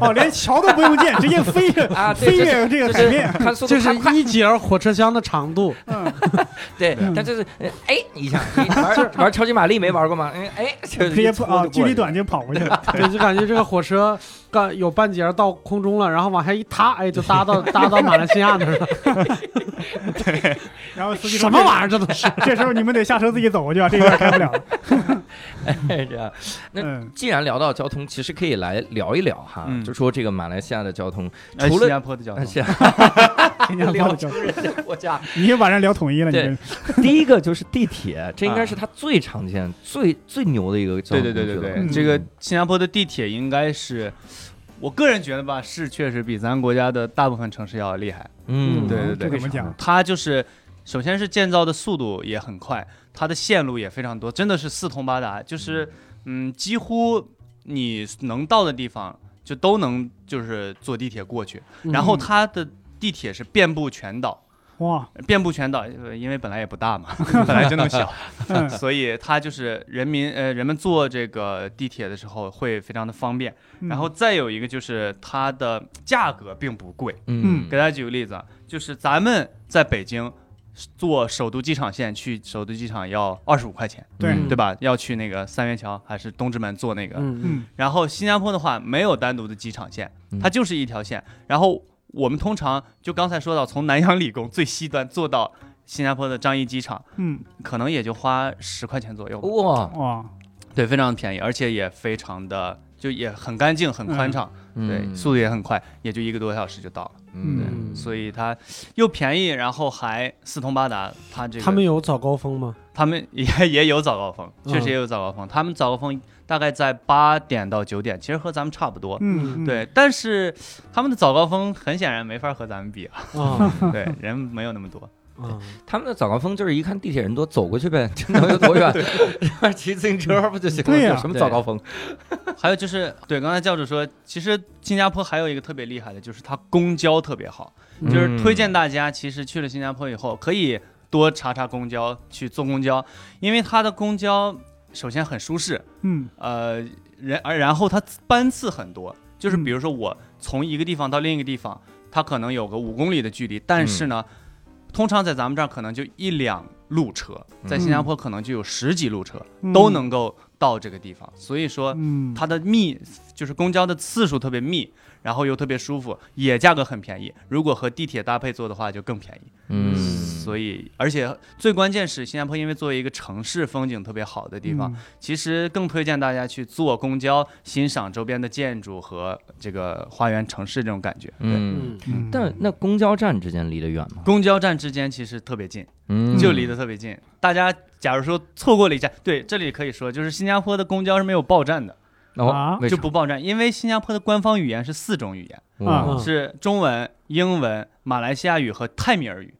S2: 哦，连桥都不用建，直接飞着
S5: 啊。
S2: 飞
S5: 对，这
S2: 跃这个
S5: 是
S2: 海面。
S5: 看速度
S3: 就
S5: 太
S3: 是
S5: 快，
S3: 一节火车厢的长 度，
S2: 嗯，
S5: 对，但就是呃哎一下，你玩玩超级玛丽没玩过吗？哎哎，就
S2: 直接跑啊，
S5: 就过去了
S2: 距离短就跑过去了。
S3: 对，就感觉这个火车干有半截儿到空中了，然后往下一塌，哎，就搭到搭到马来西亚那儿了。
S2: 然后司机
S3: 什么玩意儿？这都 是？
S2: 意儿？这时候你们得下车自己走过去啊，这一段开不了。
S5: 这样。那
S2: 嗯，
S5: 既然聊到交通，其实可以来聊一聊哈，
S4: 嗯
S5: 就说这个马来西亚的交通，
S4: 呃
S5: 除了
S4: 新加坡的交
S5: 哎
S4: 通，
S5: 是
S2: 新加坡
S5: 聊
S2: 的交
S5: 成
S2: 通
S5: 人家国家。
S2: 你晚上聊统一了，你
S5: 对
S4: 嗯
S2: 这
S5: 第一个就是地铁，这应该是它最常见、最最牛的一个交
S4: 对
S5: 通
S4: 对对对
S5: 工具了
S4: 对，
S2: 嗯
S4: 这个新加坡的地铁应该是，我个人觉得吧，是确实比咱国家的大部分城市要厉害。
S5: 嗯，
S4: 对对
S2: 这
S4: 对
S2: 怎么讲？
S4: 它就是，首先是建造的速度也很快，它的线路也非常多，真的是四通八达，就是嗯，几乎你能到的地方就都能就是坐地铁过去。
S3: 嗯
S4: 然后它的地铁是遍布全岛，
S2: 哇，
S4: 遍布全岛，呃因为本来也不大嘛，本来就那么小，
S2: 嗯
S4: 所以它就是人民呃人们坐这个地铁的时候会非常的方便。
S2: 嗯
S4: 然后再有一个就是它的价格并不贵，
S5: 嗯
S4: 给大家举个例子啊，就是咱们在北京坐首都机场线去首都机场要二十五块钱，
S2: 对
S5: 嗯
S4: 对吧？要去那个三元桥还是东直门坐那个，
S3: 嗯，
S2: 嗯
S4: 然后新加坡的话没有单独的机场线
S5: 嗯，
S4: 它就是一条线。然后我们通常就刚才说到，从南洋理工最西端坐到新加坡的樟宜机场，
S2: 嗯，
S4: 可能也就花十块钱左右吧。
S5: 哇，
S2: 哇，
S4: 对，非常便宜，而且也非常的就也很干净、很宽敞，对，
S5: 嗯
S4: 速度也很快，也就一个多小时就到了。
S5: 嗯
S3: 嗯
S4: 所以它又便宜，然后还四通八达。它这个
S3: 他们有早高峰吗？
S4: 他们也 也有早高峰，确实
S3: 嗯
S4: 也有早高峰。他们早高峰大概在八点到九点，其实和咱们差不多。
S2: 嗯，嗯，
S4: 对，但是他们的早高峰很显然没法和咱们 比啊，
S3: 啊
S4: 对，人没有那么多。
S3: 啊，
S5: 他们的早高峰就是一看地铁人多，走过去呗，这能有多远？ 骑自行车不就行了？
S2: 对呀
S5: 有什么早高峰？
S4: 还有就是，对，刚才教主说，其实新加坡还有一个特别厉害的，就是它公交特别好，
S3: 嗯
S4: 就是推荐大家，其实去了新加坡以后，可以多查查公交，去坐公交，因为它的公交首先很舒适，
S2: 嗯
S4: 呃，然而然后它班次很多，就是
S2: 嗯
S4: 比如说我从一个地方到另一个地方，它可能有个五公里的距离，但是呢，通常在咱们这儿可能就一两路车，在新加坡可能就有十几路车、
S2: 嗯
S4: 都能够到这个地方，所以说
S2: 嗯，
S4: 它的密就是公交的次数特别密，然后又特别舒服，也价格很便宜。如果和地铁搭配坐的话，就更便宜。
S5: 嗯，
S4: 所以而且最关键是，新加坡因为作为一个城市风景特别好的地方，其实更推荐大家去坐公交，欣赏周边的建筑和这个花园城市这种感觉。对，
S5: 嗯，
S3: 嗯，
S2: 嗯，
S5: 但那公交站之间离得远吗？
S4: 公交站之间其实特别近，
S5: 嗯
S4: 就离得特别近。大家假如说错过了一站，对，这里可以说就是新加坡的公交是没有报站的，
S5: 哦
S2: 啊，
S5: 为
S4: 就
S5: 啥
S4: 不报站，因为新加坡的官方语言是四种语言，
S5: 哇
S3: 嗯
S4: 是中文、英文、马来西亚语和泰米尔语。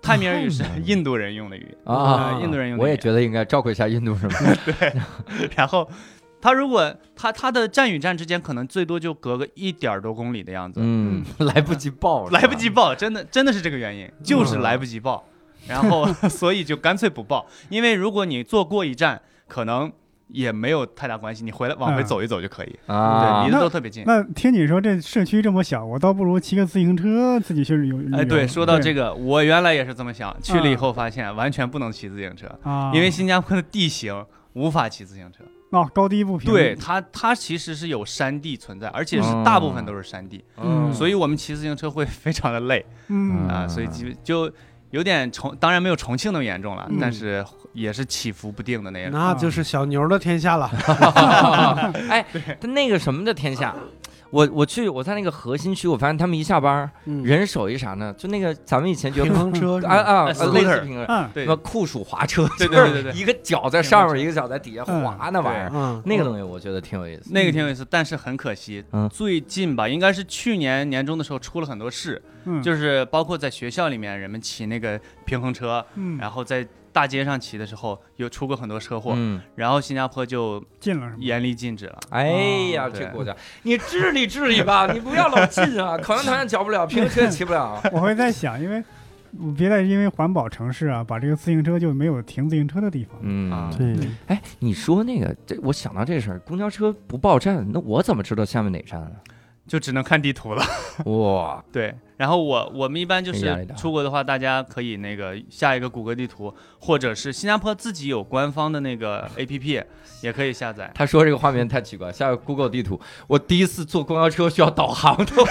S4: 泰米尔语是
S5: 哦泰米尔语
S4: 印度人用的语言，
S5: 啊！
S4: 呃印度人用的语言。
S5: 我也觉得应该照顾一下印度人。
S4: 然后他如果他他的站与站之间可能最多就隔个一点儿多公里的样子，
S5: 嗯，来不及报，是吧
S4: 来不及。报，真的真的是这个原
S2: 嗯
S4: 因，就是来不及报，然 后所以就干脆不报，因为如果你坐过一站，可能也没有太大关系，你回来往回
S2: 嗯
S4: 走一走就可以，
S5: 啊
S4: 对，离得都特别近。
S2: 那听你说这社区这么小，我倒不如骑个自行车自己去旅游。
S4: 哎，对，说到这
S2: 个
S4: 个，我原来也是这么想，去了以后发现完全不能骑自行车，
S2: 嗯啊，
S4: 因为新加坡的地形无法骑自行车。
S2: 哦高低不平，哦
S4: 对，它，它其实是有山地存在，而且是大部分都是山地，
S2: 嗯
S4: 所以我们骑自行车会非常的累
S2: 嗯
S4: 啊，所以基本就有点重，当然没有重庆那么严重了，
S2: 嗯
S4: 但是也是起伏不定的那种。
S3: 那就是小牛的天下了。
S5: 哎，他那个什么的天下，我我去我在那个核心区，我发现他们一下班儿
S3: 嗯
S5: 人手一啥呢？就那个咱们以前觉
S3: 平
S5: 得
S3: 衡车是
S5: 啊
S3: 吧
S5: 啊
S4: 哎
S5: 呃类似
S4: scooter
S5: 平衡
S2: 嗯，
S4: 对
S5: 什么酷暑滑车，
S4: 对
S5: 就
S4: 对
S5: 是
S4: 对对对
S5: 一个脚在上面，一个脚在底下滑那玩意儿，
S3: 嗯，
S5: 那个东西我觉得挺有意思。
S4: 那
S2: 嗯
S4: 个挺有意思，但是很可惜，
S5: 嗯
S4: 最近吧，应该是去年年中的时候出了很多事，
S2: 嗯，
S4: 就是包括在学校里面，人们骑那个平衡车，
S2: 嗯
S4: 然后在大街上骑的时候，有出过很多车祸，
S5: 嗯，
S4: 然后新加坡就
S2: 进了是吗？
S4: 严厉禁止了。
S5: 哎呀，
S4: 哦
S5: 这
S4: 对
S5: 国家，你治理治理吧，你不要老进啊，口香糖也嚼不了，平衡车也骑不了。
S2: 我会在想，因为我别再因为环保城市啊，把这个自行车就没有停自行车的地方。
S5: 嗯
S4: 啊，
S3: 对，
S5: 哎，你说那个，这我想到这事儿，公交车不报站，那我怎么知道下面哪站啊？
S4: 就只能看地图了。
S5: 哇，
S4: 对，然后我我们一般就
S5: 压力
S4: 是
S5: 大
S4: 出国的话，大家可以那个下一个谷歌地图，或者是新加坡自己有官方的 那个 APP，也可以下载。
S5: 他说这个画面太奇怪，下个 Google 地图，我第一次坐公交车需要导航的，我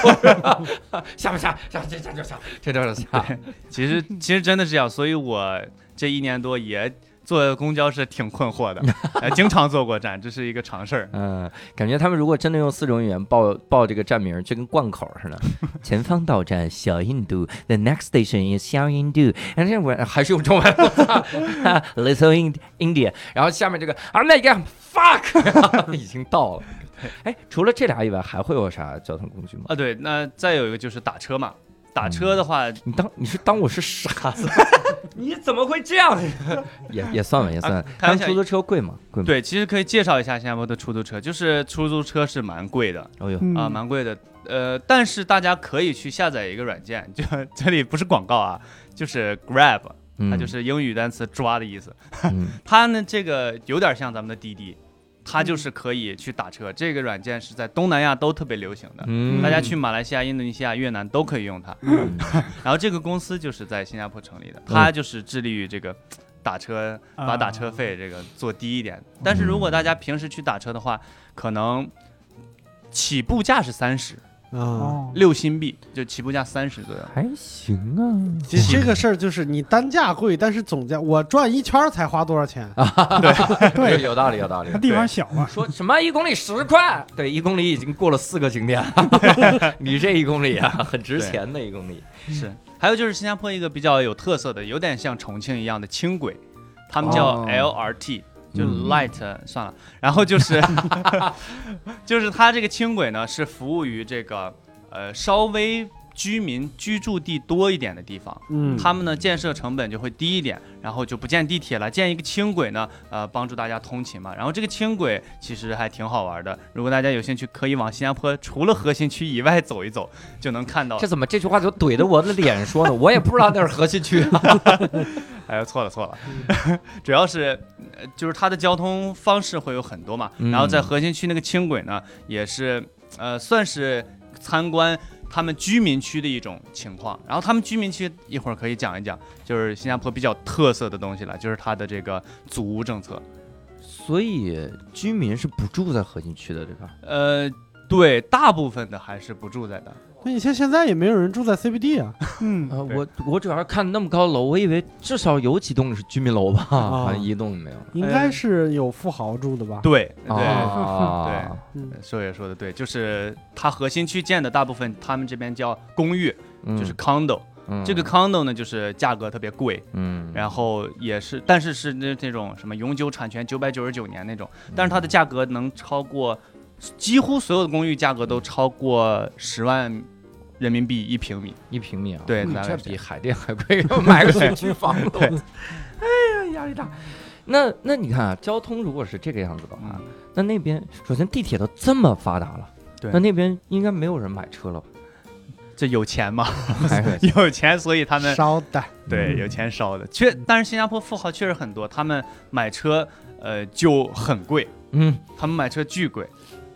S5: 说下不下？下这下就下，这就下。
S4: 其实其实真的是这样，所以我这一年多也坐公交是挺困惑的，呃经常坐过站，这是一个常事儿。
S5: 嗯，感觉他们如果真的用四种语言报报这个站名，就跟贯口似的。前方到站小印度，The next station is 小印度。然后这我还是用中文，Little Ind- India。然后下面这个啊，那个 fuck 已经到了。哎，除了这俩以外，还会有啥交通工具吗？
S4: 啊，对，那再有一个就是打车嘛，打车的话，
S5: 你当你嗯是当我是傻 子？
S1: 你怎么会这样？
S5: 也也算吧，也算
S4: 啊。
S5: 他
S4: 开
S5: 们
S4: 玩笑
S5: 出租车贵吗？贵吗？
S4: 对，其实可以介绍一下新加坡的出租车，就是出租车是蛮贵的，
S5: 哦呦，
S2: 嗯
S4: 啊，蛮贵的。呃，但是大家可以去下载一个软件，就 这里不是广告啊，就是 Grab，它
S5: 嗯
S4: 就是英语单词“抓”的意思。
S5: 嗯
S4: 它呢，这个有点像咱们的滴滴，它
S5: 嗯
S4: 就是可以去打车。这个软件是在东南亚都特别流行的，
S5: 嗯
S4: 大家去马来西亚、印度尼西亚、越南都可以用它。
S5: 嗯
S4: 然后这个公司就是在新加坡成立的，它就是致力于这个打车，把打车费这个做低一点。
S5: 嗯
S4: 但是如果大家平时去打车的话，可能起步价是三十。
S3: 啊，
S2: 哦，
S4: 六新币，就起步价三十左右。
S5: 还行啊。
S3: 其实这个事儿就是你单价贵，但是总价我转一圈儿才花多少钱？
S5: 对，有道理，有道理
S2: 它。地方小啊嘛，
S5: 说什么一公里十块？ 对，一公里已经过了四个景点了。 你这一公里啊，很值钱的一公里。
S4: 是，还有就是新加坡一个比较有特色的，有点像重庆一样的轻轨，他们叫
S5: 哦
S4: LRT，、就
S5: 嗯
S4: Light、算了。然后就是， 就是它这个轻轨呢是服务于这个呃稍微居民居住地多一点的地方。
S3: 嗯
S4: 他们呢建设成本就会低一点，然后就不建地铁了，建一个轻轨呢，呃，帮助大家通勤嘛。然后这个轻轨其实还挺好玩的，如果大家有兴趣，可以往新加坡除了核心区以外走一走，就能看到
S5: 这。怎么这句话就怼着我的脸说呢？我也不知道那是核心区啊。
S4: 哎呀，错了错了，
S5: 嗯
S4: 主要是呃就是它的交通方式会有很多嘛，
S5: 嗯
S4: 然后在核心区那个轻轨呢，也是呃算是参观。他们居民区的一种情况，然后他们居民区一会儿可以讲一讲，就是新加坡比较特色的东西了，就是它的这个祖屋政策。
S5: 所以居民是不住在核心区的，对吧？
S4: 呃，对，大部分的还是不住在那儿。
S3: 那你像现在也没有人住在 CBD 啊，
S2: 嗯，
S5: 呃，
S4: 对
S5: 我我主要是看那么高的楼，我以为至少有几栋是居民楼吧，
S3: 啊
S5: 好像一栋没有。
S3: 应该是有富豪住的吧？
S4: 对对，
S5: 啊，
S3: 嗯
S4: 硕爷说的对，就是它核心区建的大部分，他们这边叫公寓，
S5: 嗯
S4: 就是 condo、
S5: 嗯
S4: 这个 condo 呢，就是价格特别贵，
S5: 嗯，
S4: 然后也是，但是是那那种什么永久产权九百九十九年那种，
S5: 嗯
S4: 但是它的价格能超过，几乎所有的公寓价格都超过十万人民币一平米。
S5: 一平米啊，
S4: 对
S5: 嗯
S4: 大概
S5: 这
S4: 是
S5: 比海淀还贵， 要买个学区 房都，哎
S4: 哎对
S5: 呀，压力大。那那你看啊，交通如果是这个样子的话，
S4: 嗯
S5: 那那边首先地铁都这么发达了，
S4: 对
S5: 那那边应该没有人买车了吧？哎
S4: 这有钱吗？
S5: 还是
S4: 有钱，所以他们
S3: 稍等，
S4: 对，
S5: 嗯
S4: 有钱烧的，确，但是新加坡富豪确实很多，他们买车，呃，就很贵，
S5: 嗯，
S4: 他们买车巨贵，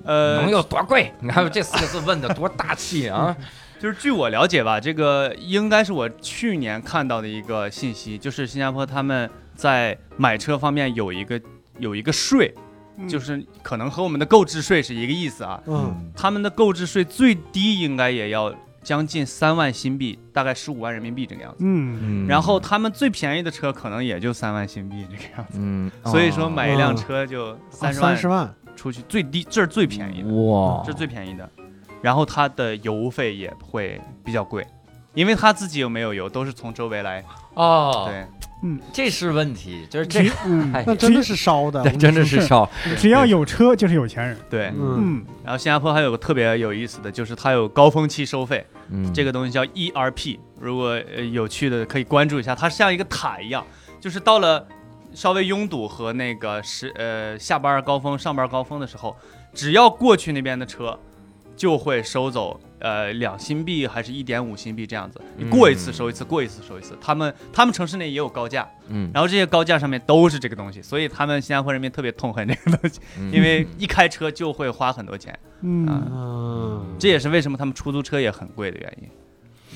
S5: 能
S4: 呃，
S5: 有多贵？你看这四个字问的多大气啊！
S4: 就是据我了解吧，这个应该是我去年看到的一个信息，就是新加坡他们在买车方面有一个有一个税，
S2: 嗯
S4: 就是可能和我们的购置税是一个意思啊，
S3: 嗯，
S4: 他们的购置税最低应该也要将近三万新币，大概十五万人民币这个样子。
S2: 嗯，
S5: 嗯
S4: 然后他们最便宜的车可能也就三万新币这个样子，
S5: 嗯，
S4: 所以说买一辆
S3: 哦
S4: 车就
S3: 三
S4: 三十万
S3: 十万，
S4: 出去，最低这是最便宜的，
S5: 哇
S4: 这是最便宜的。然后它的油费也会比较贵，因为他自己又没有油，都是从周围来。
S5: 哦，
S4: 对，
S5: 这是问题，就是这
S2: 只，嗯，
S5: 哎
S3: 那真的是 烧的，
S5: 对真的是烧，
S2: 只要有车就是有钱人。
S4: 对，
S3: 嗯，
S2: 嗯，
S4: 然后新加坡还有个特别有意思的，就是它有高峰期收费，
S5: 嗯
S4: 这个东西叫 ERP。如果呃有趣的可以关注一下，它像一个塔一样，就是到了稍微拥堵和那个时呃下班高峰、上班高峰的时候，只要过去那边的车，就会收走呃两新币还是一点五新币这样子，
S5: 嗯
S4: 你过一次收一次，过一次收一次。他们他们城市内也有高架，
S5: 嗯，
S4: 然后这些高架上面都是这个东西，所以他们新加坡人民特别痛恨这个东西，
S5: 嗯
S4: 因为一开车就会花很多钱。啊
S2: 嗯，
S3: 嗯，
S4: 这也是为什么他们出租车也很贵的原因。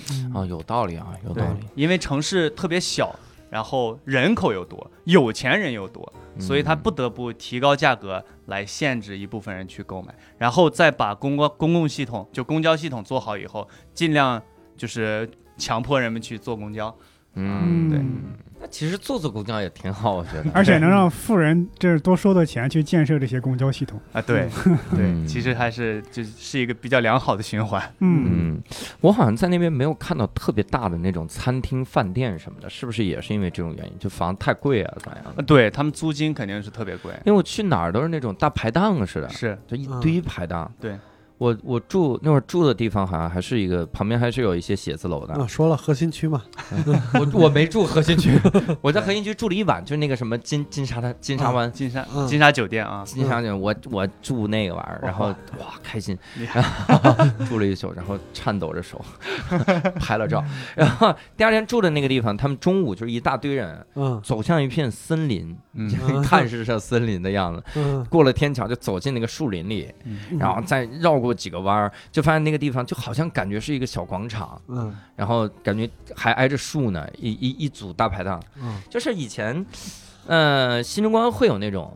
S2: 嗯
S5: 啊有道理啊，有道理，
S4: 因为城市特别小，然后人口又多，有钱人又多，所以
S5: 嗯
S4: 他不得不提高价格来限制一部分人去购买，然后再把公共公共系统就公交系统做好以后，尽量就是强迫人们去坐公交。
S5: 嗯，
S4: 对
S2: 嗯
S5: 那其实坐坐公交也挺好，我觉得，
S2: 而且能让富人这多收的钱去建设这些公交系统。
S4: 啊， 对对，
S5: 嗯
S4: 其实还是就是一个比较良好的循环。
S2: 嗯，
S5: 嗯，我好像在那边没有看到特别大的那种餐厅、饭店什么的，是不是也是因为这种原因？就房子太贵啊，咋样的
S4: 啊？对他们租金肯定是特别贵，
S5: 因为我去哪儿都是那种大排档似的，
S4: 是
S5: 就一堆排档。
S4: 嗯对，
S5: 我我住那会儿住的地方好像还是一个旁边还是有一些写字楼的。
S3: 啊，说了核心区嘛，
S5: 我我没住核心区，我在核心区住了一晚，就是那个什么金金沙滩、金沙湾。
S4: 金沙
S3: 嗯
S4: 金沙酒店啊，
S5: 金沙滩，我我住那个玩意儿，然后哇开心
S4: 厉，
S5: 然后住了一宿，然后颤抖着 手拍了照，然后第二天住的那个地方，他们中午就是一大堆人，
S3: 嗯
S5: 走向一片森林，
S4: 嗯
S5: 就看似像森林的样子。
S3: 嗯，
S5: 过了天桥就走进那个树林里，然后再绕过几个弯儿，就发现那个地方就好像感觉是一个小广场，
S3: 嗯
S5: 然后感觉还挨着树呢，一一一组大排档，
S3: 嗯
S5: 就是以前，呃，新中关会有那种，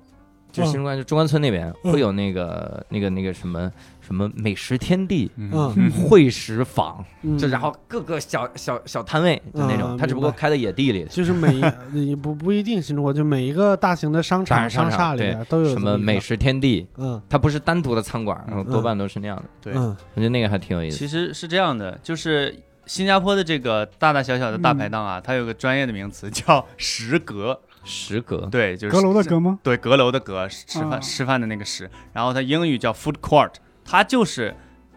S5: 就
S3: 嗯
S5: 是新中关就中关村那边
S3: 嗯
S5: 会有那个那个那个什么什么美食天地。
S4: 嗯
S3: 嗯
S5: 会食坊，
S3: 嗯，
S5: 就然后各个小小小摊位就那种，
S3: 嗯
S5: 它只不过
S3: 明白
S5: 开在野地里，
S3: 就是每一你不不一定新中国，就每一个大型的商
S5: 大
S3: 场
S5: 型商
S3: 商
S5: 场
S3: 厦里
S5: 对
S3: 边都有
S5: 什
S3: 这
S5: 么
S3: 一个
S5: 美，食天地，
S3: 嗯
S5: 它不是单独的餐馆，
S4: 嗯
S5: 然后多半都是那样的。
S4: 对
S3: 嗯
S5: 我觉得那个还挺有意思。
S4: 其实是这样的，就是新加坡的这个大大小小的大排档啊，
S3: 嗯
S4: 它有个专业的名词叫食阁，
S5: 食阁，
S4: 对，就是
S2: 阁楼的，阁吗？
S4: 对，阁楼的阁，吃饭、
S2: 啊
S4: 吃饭的那个食，然后它英语叫 food court，它就是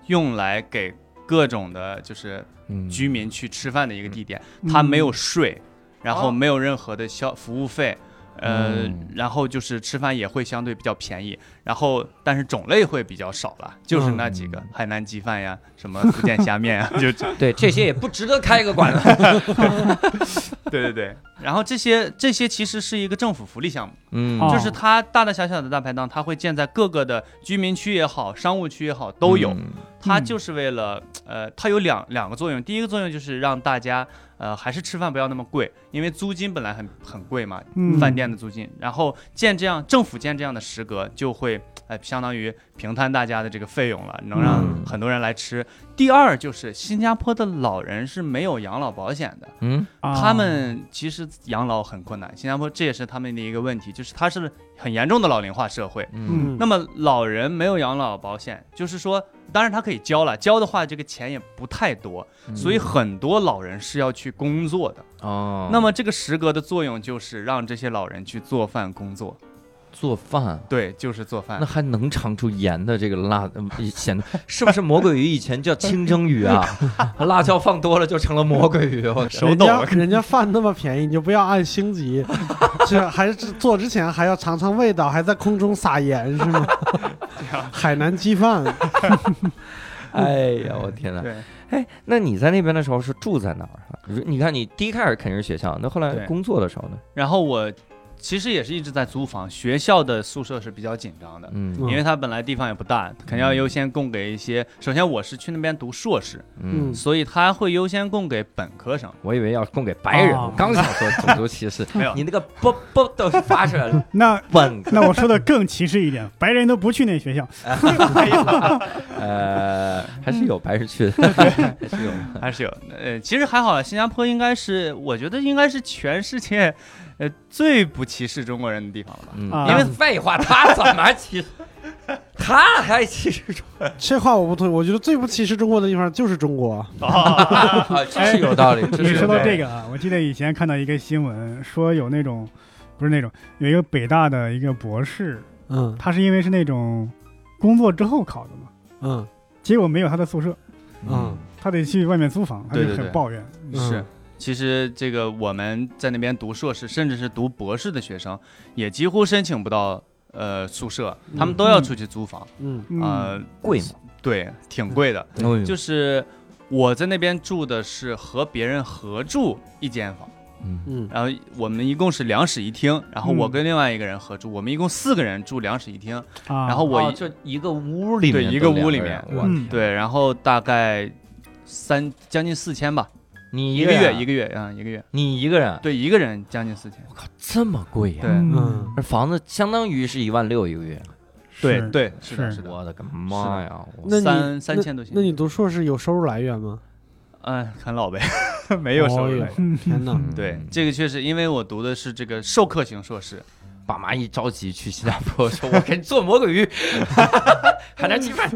S4: 用来给各种的就是
S5: 嗯
S4: 居民去吃饭的一个地点，它没有税，然后没有任何的消服务费。呃
S5: 嗯，
S4: 然后就是吃饭也会相对比较便宜，然后但是种类会比较少了，就是那几个
S5: 嗯
S4: 海南鸡饭呀，什么福建虾面啊，就这
S5: 对这些也不值得开个 馆子。
S4: 对对对，然后这些这些其实是一个政府福利项目，
S5: 嗯
S2: 哦
S4: 就是它大大小小的大排档，它会建在各个的居民区也好，商务区也好都有。
S5: 嗯
S4: 它就是为了呃，它有两两个作用，第一个作用就是让大家呃还是吃饭不要那么贵，因为租金本来很很贵嘛，
S2: 嗯
S4: 饭店的租金，然后建这样政府建这样的食阁，就会呃相当于平摊大家的这个费用了，能让
S5: 嗯
S4: 很多人来吃。第二就是新加坡的老人是没有养老保险的。
S5: 嗯
S2: 啊
S4: 他们其实养老很困难，新加坡这也是他们的一个问题，就是它是很严重的老龄化社会。
S5: 嗯
S2: 嗯
S4: 那么老人没有养老保险，就是说，当然他可以交了，交的话这个钱也不太多，
S5: 嗯
S4: 所以很多老人是要去工作的。
S5: 哦，
S4: 那么这个食阁的作用就是让这些老人去做饭工作，
S5: 做饭。
S4: 对，就是做饭
S5: 那。还能尝出盐的这个辣，呃咸的，是不是魔鬼鱼以前叫清蒸鱼 啊？辣椒放多了就成了魔鬼鱼。 我
S4: 手
S5: 靠
S3: 人
S4: 抖啊
S3: 家
S4: 了
S3: 人家饭那么便宜，你就不要按星 级，这还是做之前还要尝尝味道，还在空中撒盐是 吗？ 海南鸡饭，
S5: 哎呀，我天哪！
S4: 对，
S5: 哎，那你在那边的时候是住在哪儿啊？你看你第一开始肯定是学校，那后来
S4: 对
S5: 工作的时候呢？
S4: 然后我其实也是一直在租房，学校的宿舍是比较紧张的，
S5: 嗯
S3: 嗯
S4: 因为它本来地方也不大，肯定要优先供给一些。首先我是去那边读硕士，
S5: 嗯，
S4: 所以它会优先供给本科生。
S5: 我以为要供给白人，
S2: 哦
S5: 我刚想说种族歧 视，
S4: 没有
S5: 你那个啵啵都发出来 了，
S2: 那
S5: 本
S2: 那我说的更歧视一点，白人都不去那学校。
S5: 呃还是有白人去的，还是有，
S4: 还是有，呃，其实还好啦，新加坡应该是，我觉得应该是全世界，呃，最不歧视中国人的地方了吧？
S5: 嗯，
S2: 啊
S5: 因为废话，他怎么歧视？他还歧视中
S3: 这话我不同意，我觉得最不歧视中国的地方就是中国。
S5: 国啊，这是有 道理，这
S2: 你
S5: 是有
S2: 说
S5: 道
S2: 到
S5: 理。
S2: 这个啊，我记得以前看到一个新闻，说有那种不是那种有一个北大的一个博士，
S3: 嗯
S2: 他是因为是那种工作之后考的嘛，
S3: 嗯
S2: 结果没有他的宿舍，
S3: 嗯，
S2: 他得去外面租房，他
S4: 对
S2: 就
S4: 对
S2: 很
S4: 对
S2: 抱怨。
S4: 是，其实这个我们在那边读硕士，甚至是读博士的学生，也几乎申请不到呃宿舍，他们都要出去租房，
S3: 嗯
S2: 嗯，
S4: 呃，
S5: 贵嘛，
S4: 对，挺贵的。
S1: 嗯
S4: 就是是我在那边住的是和别人合住一间房，
S3: 嗯
S4: 然后我们一共是两室一厅，然后我
S2: 嗯
S4: 跟另外一个人合住，我们一共四个人住两室一厅，
S2: 啊
S4: 然后我一、
S5: 哦就一个屋里
S4: 对
S5: 面都两人，
S4: 一个屋里面
S5: 我
S2: 嗯
S4: 对，然后大概三将近四千吧，
S5: 你
S4: 一
S5: 个
S4: 个月
S5: 人
S4: 一个月啊、嗯一个月，
S5: 你一个人，
S4: 对，一个人将近四千，
S5: 这么贵呀？
S4: 对
S3: 嗯，
S5: 这房子相当于是一万六一个月，
S4: 对
S2: 是
S4: 对，是的，
S2: 是
S4: 是的，
S5: 我的个妈呀！我
S3: 那你
S4: 三三
S3: 那
S4: 千多钱
S3: 那你读硕士有收入来源吗？
S4: 嗯，很老呗， 没有收入
S3: 哦
S4: 来
S3: 哟
S4: 源。
S3: 天 哪！
S5: 嗯
S4: 对，这个确实，因为我读的是这个授课型硕士，
S5: 爸妈一着急去新加坡， 说我给你做魔鬼鱼， 海南鸡饭。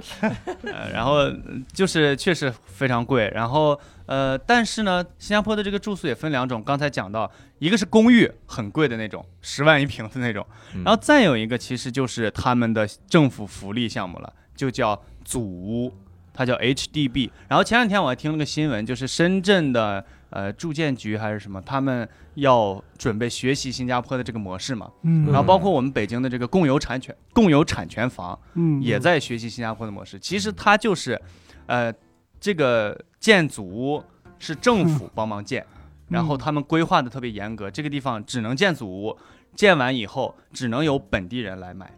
S4: 呃，然后嗯就是确实非常贵，然后呃，但是呢，新加坡的这个住宿也分两种，刚才讲到，一个是公寓，很贵的那种，十万一平的那种，
S5: 嗯
S4: 然后再有一个其实就是他们的政府福利项目了，就叫祖屋，它叫 HDB。然后前两天我还听了个新闻，就是深圳的呃住建局还是什么，他们要准备学习新加坡的这个模式嘛，
S2: 嗯，
S4: 然后包括我们北京的这个共有产权共有产权房。
S2: 嗯
S4: 也在学习新加坡的模式。其实它就是，呃，这个建筑屋是
S2: 嗯
S4: 政府帮忙建，然后他们规划的特别严格，这个地方只能建祖屋，建完以后只能由本地人来买，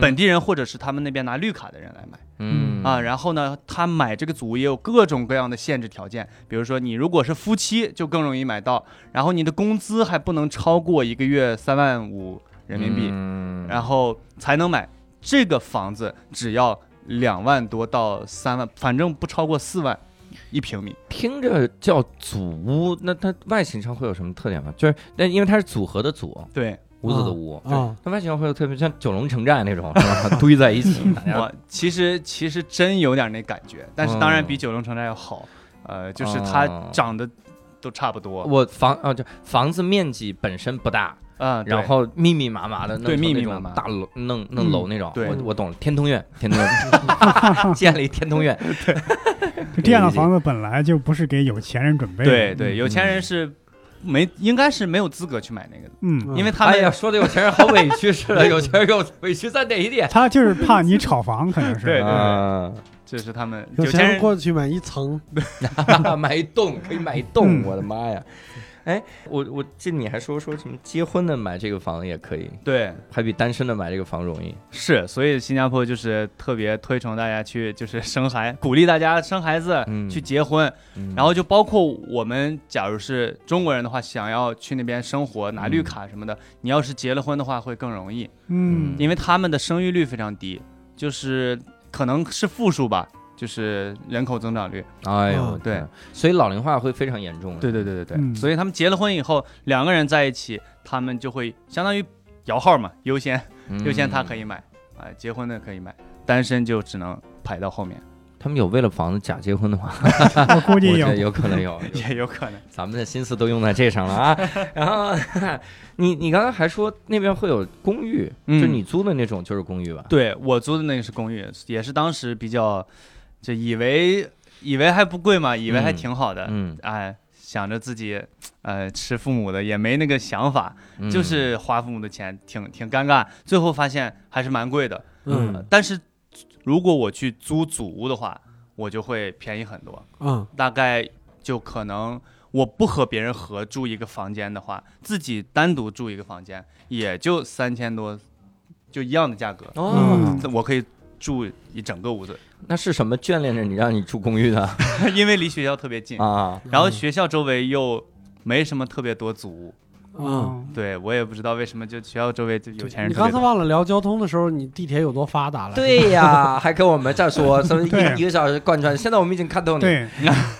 S4: 本地人或者是他们那边拿绿卡的人来买
S5: 嗯
S4: 啊。然后呢，他买这个祖屋也有各种各样的限制条件，比如说你如果是夫妻就更容易买到，然后你的工资还不能超过一个月三万五人民币。
S5: 嗯
S4: 然后才能买这个房子，只要两万多到三万，反正不超过四万一平米。
S5: 听着叫祖屋，那它外形上会有什么特点吗？就是那因为它是组合的组，
S4: 对，
S5: 屋子的屋，
S3: 啊，
S5: 它外形上会有特别像九龙城寨那种， 是吧堆在一起，大家
S4: 我其实其实真有点那感觉，但是当然比九龙城寨要好，呃，就是它
S5: 嗯哦
S4: 长得都差不多，
S5: 我房啊，就房子面积本身不大，
S4: 嗯，对
S5: 然后密密麻麻的，弄
S4: 对
S5: 成
S4: 密
S5: 那
S4: 密
S5: 种
S4: 麻麻
S5: 大楼，弄弄
S2: 嗯
S5: 楼那种。
S4: 对
S5: 我我懂了，天通苑，天通苑 建了一天通苑，
S2: 就这样的房子本来就不是给有钱人准备的。
S4: 对对，
S5: 嗯
S4: 有钱人是没应该是没有资格去买那个的，
S2: 嗯，
S3: 嗯
S4: 因为他
S5: 哎呀，
S4: 们
S5: 说的有钱人好委屈似 的，有钱人有委屈在哪一点？
S2: 他就是怕你炒房，可能是。
S4: 对
S5: 啊，
S4: 这是他们
S3: 有
S4: 有
S3: 钱
S4: 钱
S3: 人
S4: 人
S3: 过去买一层，
S5: 啊 买一栋可以买一栋，
S2: 嗯
S5: 我的妈呀！哎，我我记得你还说说什么结婚的买这个房也可以，
S4: 对
S5: 还比单身的买这个房容易。
S4: 是，所以新加坡就是特别推崇大家去就是生孩，鼓励大家生孩子
S5: 嗯，
S4: 去结婚，
S5: 嗯
S4: 然后就包括我们，假如是中国人的话，想要去那边生活拿绿卡什么的，你要是结了婚的话会更容易，
S2: 嗯，
S4: 因为他们的生育率非常低，就是可能是负数吧，就是人口增长率。
S5: 哎呦，
S3: 嗯
S5: 对，所以老龄化会非常严重。
S4: 哦
S5: 啊
S4: 对对对对对，
S2: 嗯
S4: 所以他们结了婚以后，两个人在一起，他们就会相当于摇号嘛，优先
S5: 嗯，
S4: 优先他可以买，啊、结婚的可以买，单身就只能排到后面，
S5: 他们有为了房子假结婚的话，
S2: 我估
S5: 我
S2: 计
S5: 觉
S2: 有
S5: 得有可能 有，
S4: 也有可 能。
S5: 咱们的心思都用在这上了 啊。然后 你你刚才还说那边会有公寓，
S4: 嗯
S5: 就你租的那种就是公寓吧？
S4: 对我租的那个是公寓，也是当时比较，就以为以为还不贵嘛，以为还挺好的，
S5: 嗯，
S4: 哎，想着自己呃吃父母的，也没那个想法，
S5: 嗯
S4: 就是花父母的钱，挺挺尴尬。最后发现还是蛮贵的，
S3: 嗯
S4: 但是如果我去租祖屋的话，我就会便宜很多，
S3: 啊
S4: 大概就可能我不和别人合住一个房间的话，自己单独住一个房间也就三千多，就一样的价格，
S5: 哦，
S2: 嗯
S4: 我可以住一整个屋子，
S5: 那是什么眷恋着你让你住公寓的
S4: 因为离学校特别近，
S5: 啊？
S4: 然后学校周围又没什么特别多组屋，
S3: 嗯，
S4: 对我也不知道为什么就学校周围就有钱人
S3: 你
S4: 特别
S3: 刚才
S4: 多。
S3: 忘了聊交通的时候，你地铁有多发达了？，
S5: 对呀，还跟我们再说什么
S2: 对
S5: 一一个小时贯穿，现在我们已经看透你，
S4: 嗯
S2: 对，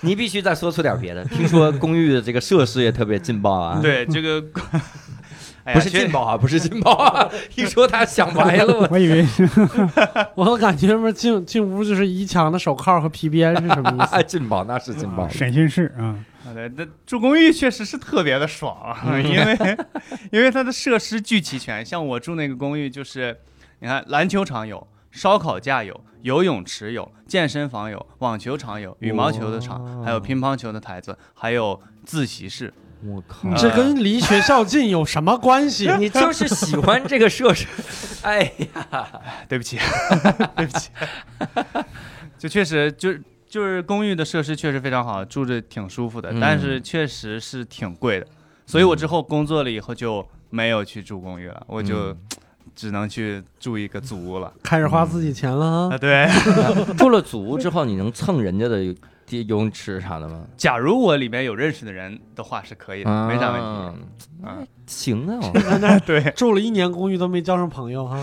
S5: 你必须再说出点别的。听说公寓的这个设施也特别劲爆啊，
S4: 对这个， 哎呀
S5: 不是
S4: 确
S5: 劲爆啊，不是劲爆 啊，一说他想白了
S4: 嗯
S5: 我。
S2: 我以为是
S3: 我感觉不是进进屋就是一墙的手铐和皮鞭是什么意 思？
S5: 啊，劲爆那是劲爆，
S2: 审讯室啊，
S4: 好的，那住公寓确实是特别的爽啊， 因为因为它的设施巨齐全。像我住那个公寓，就是你看篮球场有，烧烤架有，游泳池有，健身房有，网球场有，羽毛球的场，还有乒乓球的台子，还有自习室。
S5: 我靠
S3: 这跟离学校近有什么 关系？
S5: 你就是喜欢这个设施，哎，
S4: 对不起， 对不起， 就确实就就是公寓的设施确实非常好，住着挺舒服的，
S5: 嗯
S4: 但是确实是挺贵的，所以我之后工作了以后就没有去住公寓了，我就
S5: 嗯
S4: 只能去住一个祖屋了。
S3: 开始花自己钱了
S5: 嗯
S3: 啊！
S4: 啊，对，
S5: 住了祖屋之后，你能蹭人家的游游泳池啥的吗？
S4: 假如我里面有认识的人的话是可以的，没啥问题。
S5: 题。
S4: 啊，
S5: 行啊，
S4: 对，
S3: 住了一年公寓都没交上朋友哈，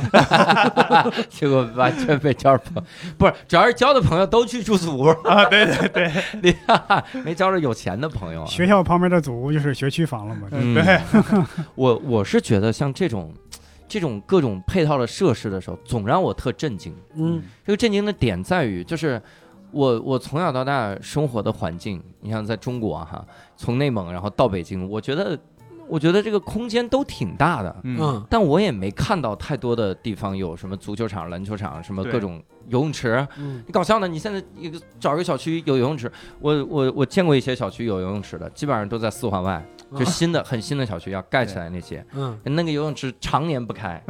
S5: 结果完全被交朋友，不是，主要是交的朋友都去住祖屋啊，对对对， 你没交着有钱的朋友啊。
S2: 学校旁边的祖屋就是学区房了嘛，
S5: 嗯，对， 我我是觉得像这种这种各种配套的设施的时候，总让我特震惊。
S3: 嗯，
S5: 这个震惊的点在于，就是我我从小到大生活的环境，你像在中国啊哈，从内蒙然后到北京，我觉得我觉得这个空间都挺大的，
S4: 嗯，
S3: 嗯
S5: 但我也没看到太多的地方有什么足球场、篮球场，什么
S4: 对
S5: 各种游泳池。
S3: 嗯
S5: 你搞笑呢？你现在一个找一个小区有游泳池，我我我见过一些小区有游泳池的，基本上都在四环外，就
S3: 啊
S5: 新的很新的小区要盖起来那 些，
S3: 嗯，
S5: 那个游泳池常年不开，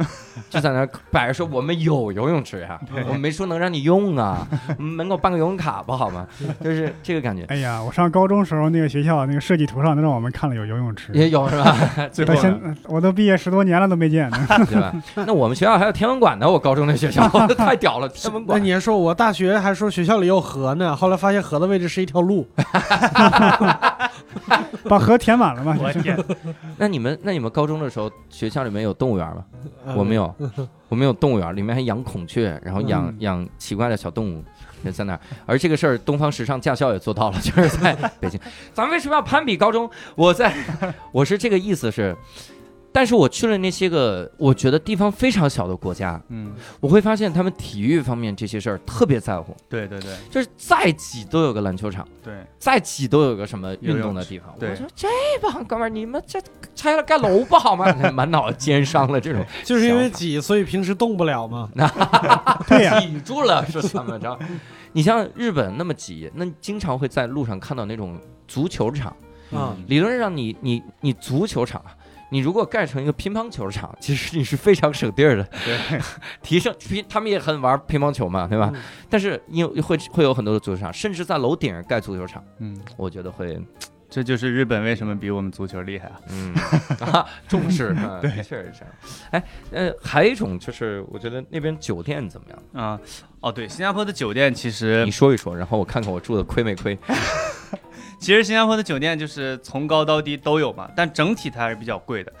S5: 就在那儿摆着说我们有游泳池呀、
S3: 对
S5: 我们没说能让你用 啊，门口办个游泳卡不好吗？就是这个感觉
S2: 哎呀，我上高中时候那个学校那个设计图上都让我们看了有游泳池，
S5: 也有是吧？
S4: 最后
S2: 到
S4: 呢
S2: 现我都毕业十多年了都没见呢。
S5: 对吧？那我们学校还有天文馆呢，我高中的学 校太屌了，天文
S3: 那
S5: 馆
S3: 你还说我大学还说学校里有河呢，后来发现河的位置是一条路，
S2: 把河填满了嘛，
S4: 我天，
S5: 那你们那你们高中的时候，学校里面有动物园吗？
S3: 呃
S5: 我们有，我们有动物园，里面还养孔雀，然后养
S2: 嗯
S5: 养奇怪的小动物，就在那儿。而这个事儿，东方时尚驾校也做到了， 就是在北京。咱们为什么要攀比高中？我在，我是这个意思是。但是我去了那些个我觉得地方非常小的国家，
S4: 嗯，
S5: 我会发现他们体育方面这些事儿特别在乎，
S4: 对对对
S5: 就是再挤都有个篮球场。
S4: 对，
S5: 再挤都有个什么运动的地方。
S4: 游泳
S5: 我
S4: 池
S5: 说这帮哥们儿，你们这拆了盖楼不好吗？ 满脑子奸商了，这 种
S3: 呃就是因为挤，所以平时动不了嘛。
S2: 对 呀、
S5: 顶住了是怎么着？ 你像日本那么挤，那你经常会在路上看到那种足球场。
S3: 嗯
S5: 理论上你，你你足球场啊，你如果盖成一个乒乓球场，其实你是非常省地儿的，
S4: 对，
S5: 提升乒他们也很玩乒乓球嘛，对吧？
S3: 嗯
S5: 但是你有会会有很多的足球场，甚至在楼顶上盖足球场，
S4: 嗯，
S5: 我觉得会
S4: 这就是日本为什么比我们足球厉害啊。
S5: 嗯啊，重 视，嗯
S4: 对
S5: 的确是这样。哎，呃，还有一种就是，我觉得那边酒店怎么样？
S4: 啊，哦对，新加坡的酒店其实
S5: 你说一说，然后我看看我住的亏没亏。
S4: 其实新加坡的酒店就是从高到低都有嘛，但整体它还是比较贵的。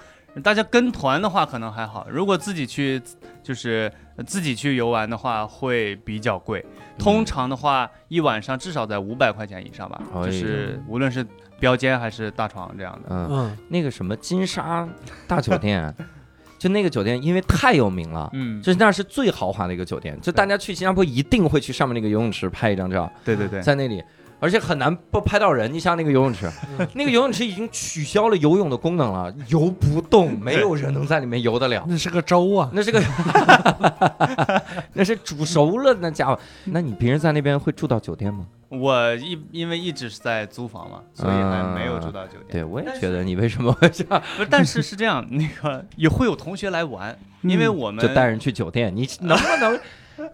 S4: 大家跟团的话可能还好，如果自己去就是呃自己去游玩的话会比较贵。通常的话，一晚上至少在五百块钱以上吧，
S5: 哎呦
S4: 就是无论是标间还是大床这样的。
S5: 嗯，
S3: 嗯，
S5: 那个什么金沙大酒店，啊 就那个酒店，因为太有名了。
S4: 嗯，
S5: 就是那是最豪华的一个酒店，就大家去新加坡一定会去上面那个游泳池拍一张照，
S4: 对对对，
S5: 在那里，而且很难不拍到人。你像那个游泳 池，那个游泳池已经取消了游泳的功能了，游不动，没有人能在里面游得了。
S3: 那是个州啊。
S5: 那是个，那是煮熟了那家伙。那你平时在那边会住到酒店吗？
S4: 我一因为一直是在租房嘛，所以还没有住到酒店。
S5: 对，我也觉得你为什么会这样，
S4: 不是，但是是这样，那个也会有同学来玩，因为我们
S5: 就带人去酒店？你能不能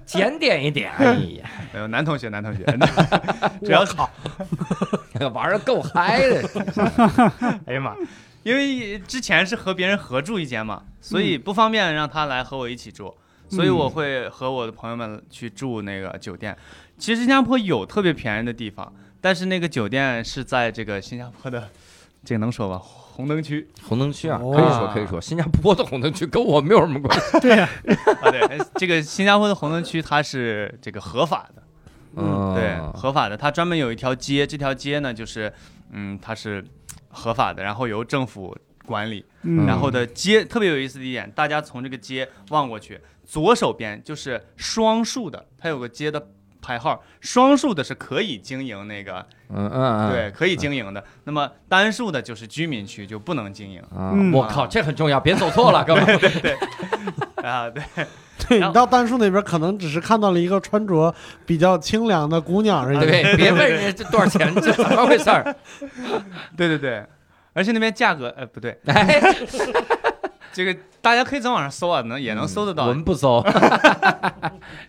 S1: 检点一点，哎呀，
S4: 没有男同学，男同学， 只要考，
S1: 玩的够嗨的。
S4: 哎呀妈！因为之前是和别人合住一间嘛，所以不方便让他来和我一起住，所以我会和我的朋友们去住那个酒店。其实新加坡有特别便宜的地方，但是那个酒店是在这个新加坡的，这个能说吧？红灯区
S5: 红灯区啊，
S3: 哦
S5: 可以说可以说，新加坡的红灯区跟我没有什么关系。
S4: 啊，对，哎 这个新加坡的红灯区它是这个合法的，
S5: 嗯，
S4: 对，合法的，它专门有一条街，这条街呢就是，嗯，它是合法的，然后由政府管理。
S2: 嗯，
S4: 然后的街特别有意思的一点，大家从这个街望过去，左手边就是双数的，它有个街的牌号，双数的是可以经营那个，
S5: 嗯嗯嗯，
S4: 对，可以经营的。那么单数的就是居民区就不能经营
S5: 啊
S2: 嗯，
S5: 我靠，这很重要，别走错了，各位。嗯
S4: 啊。对，
S3: 对你到单数那边，可能只是看到了一个穿着比较清凉的姑娘而已。
S5: 啊对，别问人家这多少钱，这怎么回事儿？
S4: 对对对，而且那边价格，呃，不对，
S5: 哎，
S4: 这个大家可以在网上搜啊，能也能搜得
S5: 嗯
S4: 到。
S5: 我们不 搜。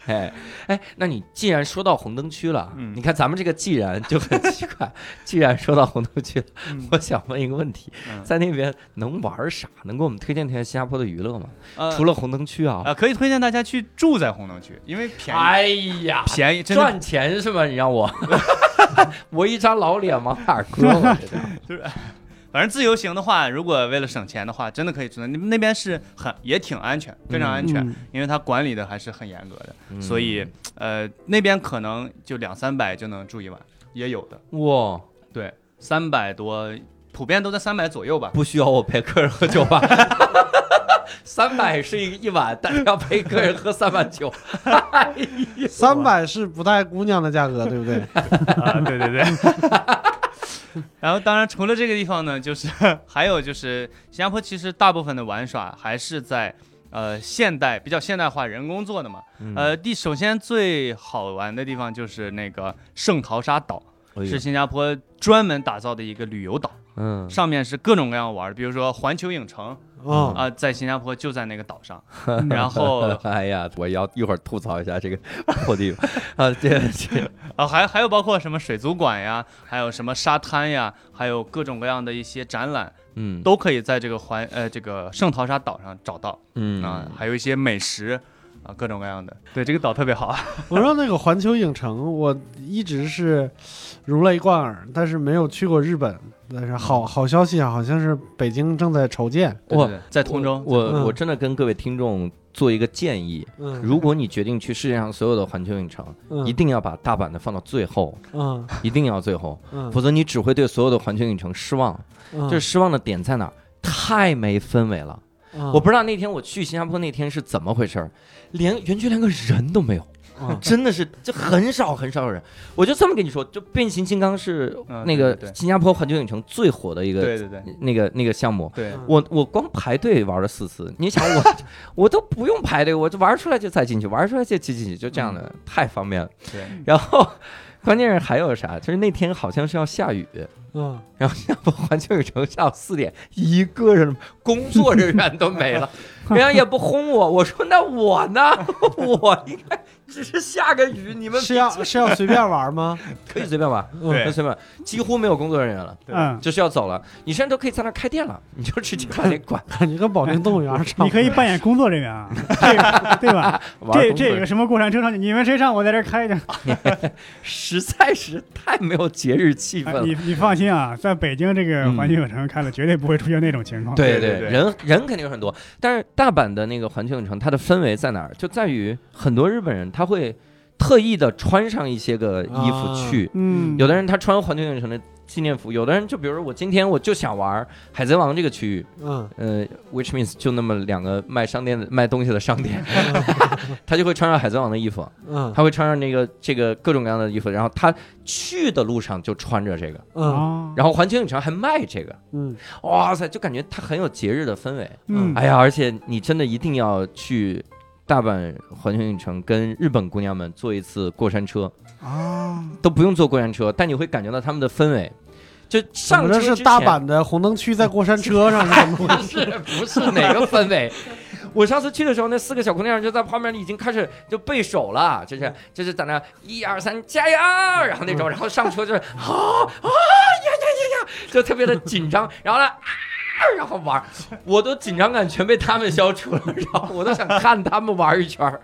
S5: 哎哎，那你既然说到红灯区了，
S4: 嗯
S5: 你看咱们这个既然就很奇怪， 既然说到红灯区了，
S4: 嗯
S5: 我想问一个问题，
S4: 嗯
S5: 在那边能玩啥？能给我们推荐推荐新加坡的娱乐吗？
S4: 呃
S5: 除了红灯区啊，
S4: 呃，可以推荐大家去住在红灯区，因为便宜，
S5: 哎呀，
S4: 便宜真的
S5: 赚钱是吗？你让 我，我一张老脸往哪儿搁？我觉得
S4: 反正自由行的话，如果为了省钱的话，真的可以住那那边是很也挺安全，非常安全，
S3: 嗯
S4: 因为它管理的还是很严格的，
S5: 嗯
S4: 所以呃那边可能就两三百就能住一晚，也有的，
S5: 哇，
S4: 对，三百多，普遍都在三百左右吧。
S5: 不需要我陪客人喝酒吧？ 三百是一一碗，但是要陪客人喝三碗 酒，
S3: 三百是不带姑娘的价 格，对不对？
S4: 啊，对对对。然后，当然除了这个地方呢，就是 还有就是新加坡，其实大部分的玩耍还是在呃现代比较现代化人工做的嘛。呃，第首先最好玩的地方就是那个圣淘沙岛，是新加坡专门打造的一个旅游岛，
S5: 嗯
S4: 上面是各种各样玩的，比如说环球影城
S3: 嗯，
S4: 啊、在新加坡就在那个岛上，然后
S5: 哎呀，我要一会儿吐槽一下这个 破地方啊，这这
S4: 啊，还还有包括什么水族馆呀，还有什么沙滩呀，还有各种各样的一些展览。
S5: 嗯
S4: 都可以在这个环呃这个圣淘沙岛上找到
S5: 嗯
S4: 啊，还有一些美食啊，各种各样的。对，这个岛特别好啊。
S3: 我说那个环球影城，我一直是如雷贯耳，但是没有去过日本。但是好好消息啊，好像是北京正在筹建。
S4: 对
S5: 哇
S4: 对对在通州，
S5: 我我真的跟各位听众做一个建议，
S3: 嗯，
S5: 如果你决定去世界上所有的环球影城，
S3: 嗯
S5: 一定要把大阪的放到最后，
S3: 嗯
S5: 一定要最后，
S3: 嗯，
S5: 否则你只会对所有的环球影城失望。
S3: 嗯
S5: 这失望的点在哪儿？太没氛围了。
S3: 嗯
S5: 我不知道那天我去新加坡那天是怎么回事儿，连园区连个人都没有，
S3: 嗯
S5: 真的是就很少很少有人。我就这么跟你说，就变形金刚是
S4: 嗯
S5: 那个
S4: 对对对
S5: 新加坡环球影城最火的一个
S4: 对对对
S5: 那个那个项目。
S4: 对，
S5: 我我光排队玩了四次，你 想我我都不用排队，我就玩出来就再进去，玩出来就进去，就这样的，
S4: 嗯
S5: 太方便了。
S4: 对，
S5: 然后关键是还有啥，就是那天好像是要下雨，
S3: 嗯
S5: 然后要不环球影城下午四点，一个人工作人员都没 了，人家也不轰我。我说那我呢？ 我应该只是下个雨，你们
S3: 是要是要随便玩 吗？
S5: 可以随便玩，
S3: 嗯
S4: 对
S5: 可以随便玩，几乎没有工作人员了，
S2: 嗯，
S5: 就是要走了。你甚至都可以在那儿开店了，你就直接把那馆
S3: 感觉跟保定动物园差不多。
S2: 你可以扮演工作人员 啊，这个对吧？
S5: 玩
S2: 这
S5: 工作
S2: 这
S5: 人
S2: 个
S5: 员。
S2: 什么过山车上去，你们谁上我在这儿开着。
S5: 实在是太没有节日气氛
S2: 哎
S5: 了。
S2: 你你放心啊，在北京这个
S5: 嗯
S2: 环球影城开了，绝对不会出现那种情况。
S5: 对
S4: 对对
S5: 人人肯定有很多，但是大阪的那个环球影城，它的氛围在哪儿？就在于很多日本人他会特意的穿上一些个衣服
S3: 啊
S5: 去，
S2: 嗯，
S5: 有的人他穿环球影城的纪念服，有的人就比如说我今天我就想玩海贼王这个区域，
S3: 嗯
S5: 呃，which means 就那么两个卖商店的卖东西的商店，他就会穿上海贼王的衣服，
S3: 嗯
S5: 他会穿上那个这个各种各样的衣服，然后他去的路上就穿着这个，
S3: 嗯
S2: 啊，
S5: 然后环球影城还卖这个，
S3: 嗯
S5: 哇塞，就感觉它很有节日的氛围。
S2: 嗯，
S5: 哎呀，而且你真的一定要去大阪环球影城跟日本姑娘们坐一次过山车，
S2: 啊，
S5: 都不用坐过山车，但你会感觉到他们的氛围。就
S3: 怎
S5: 上
S3: 么
S5: 车
S3: 着
S5: 之前
S3: 是大阪的红灯区在过山车上是怎么回事？
S5: 不是不是哪个氛围？ 我上次去的时候，那四个小姑娘就在旁边已经开始就背手了，就是就是在那一二三加油，
S3: 嗯
S5: 然后那种，然后上车就是啊啊呀呀呀呀，就特别的 紧张，然后呢。啊，然后玩，我都紧张感全被他们消除了，然后我都想看他们玩一 圈儿，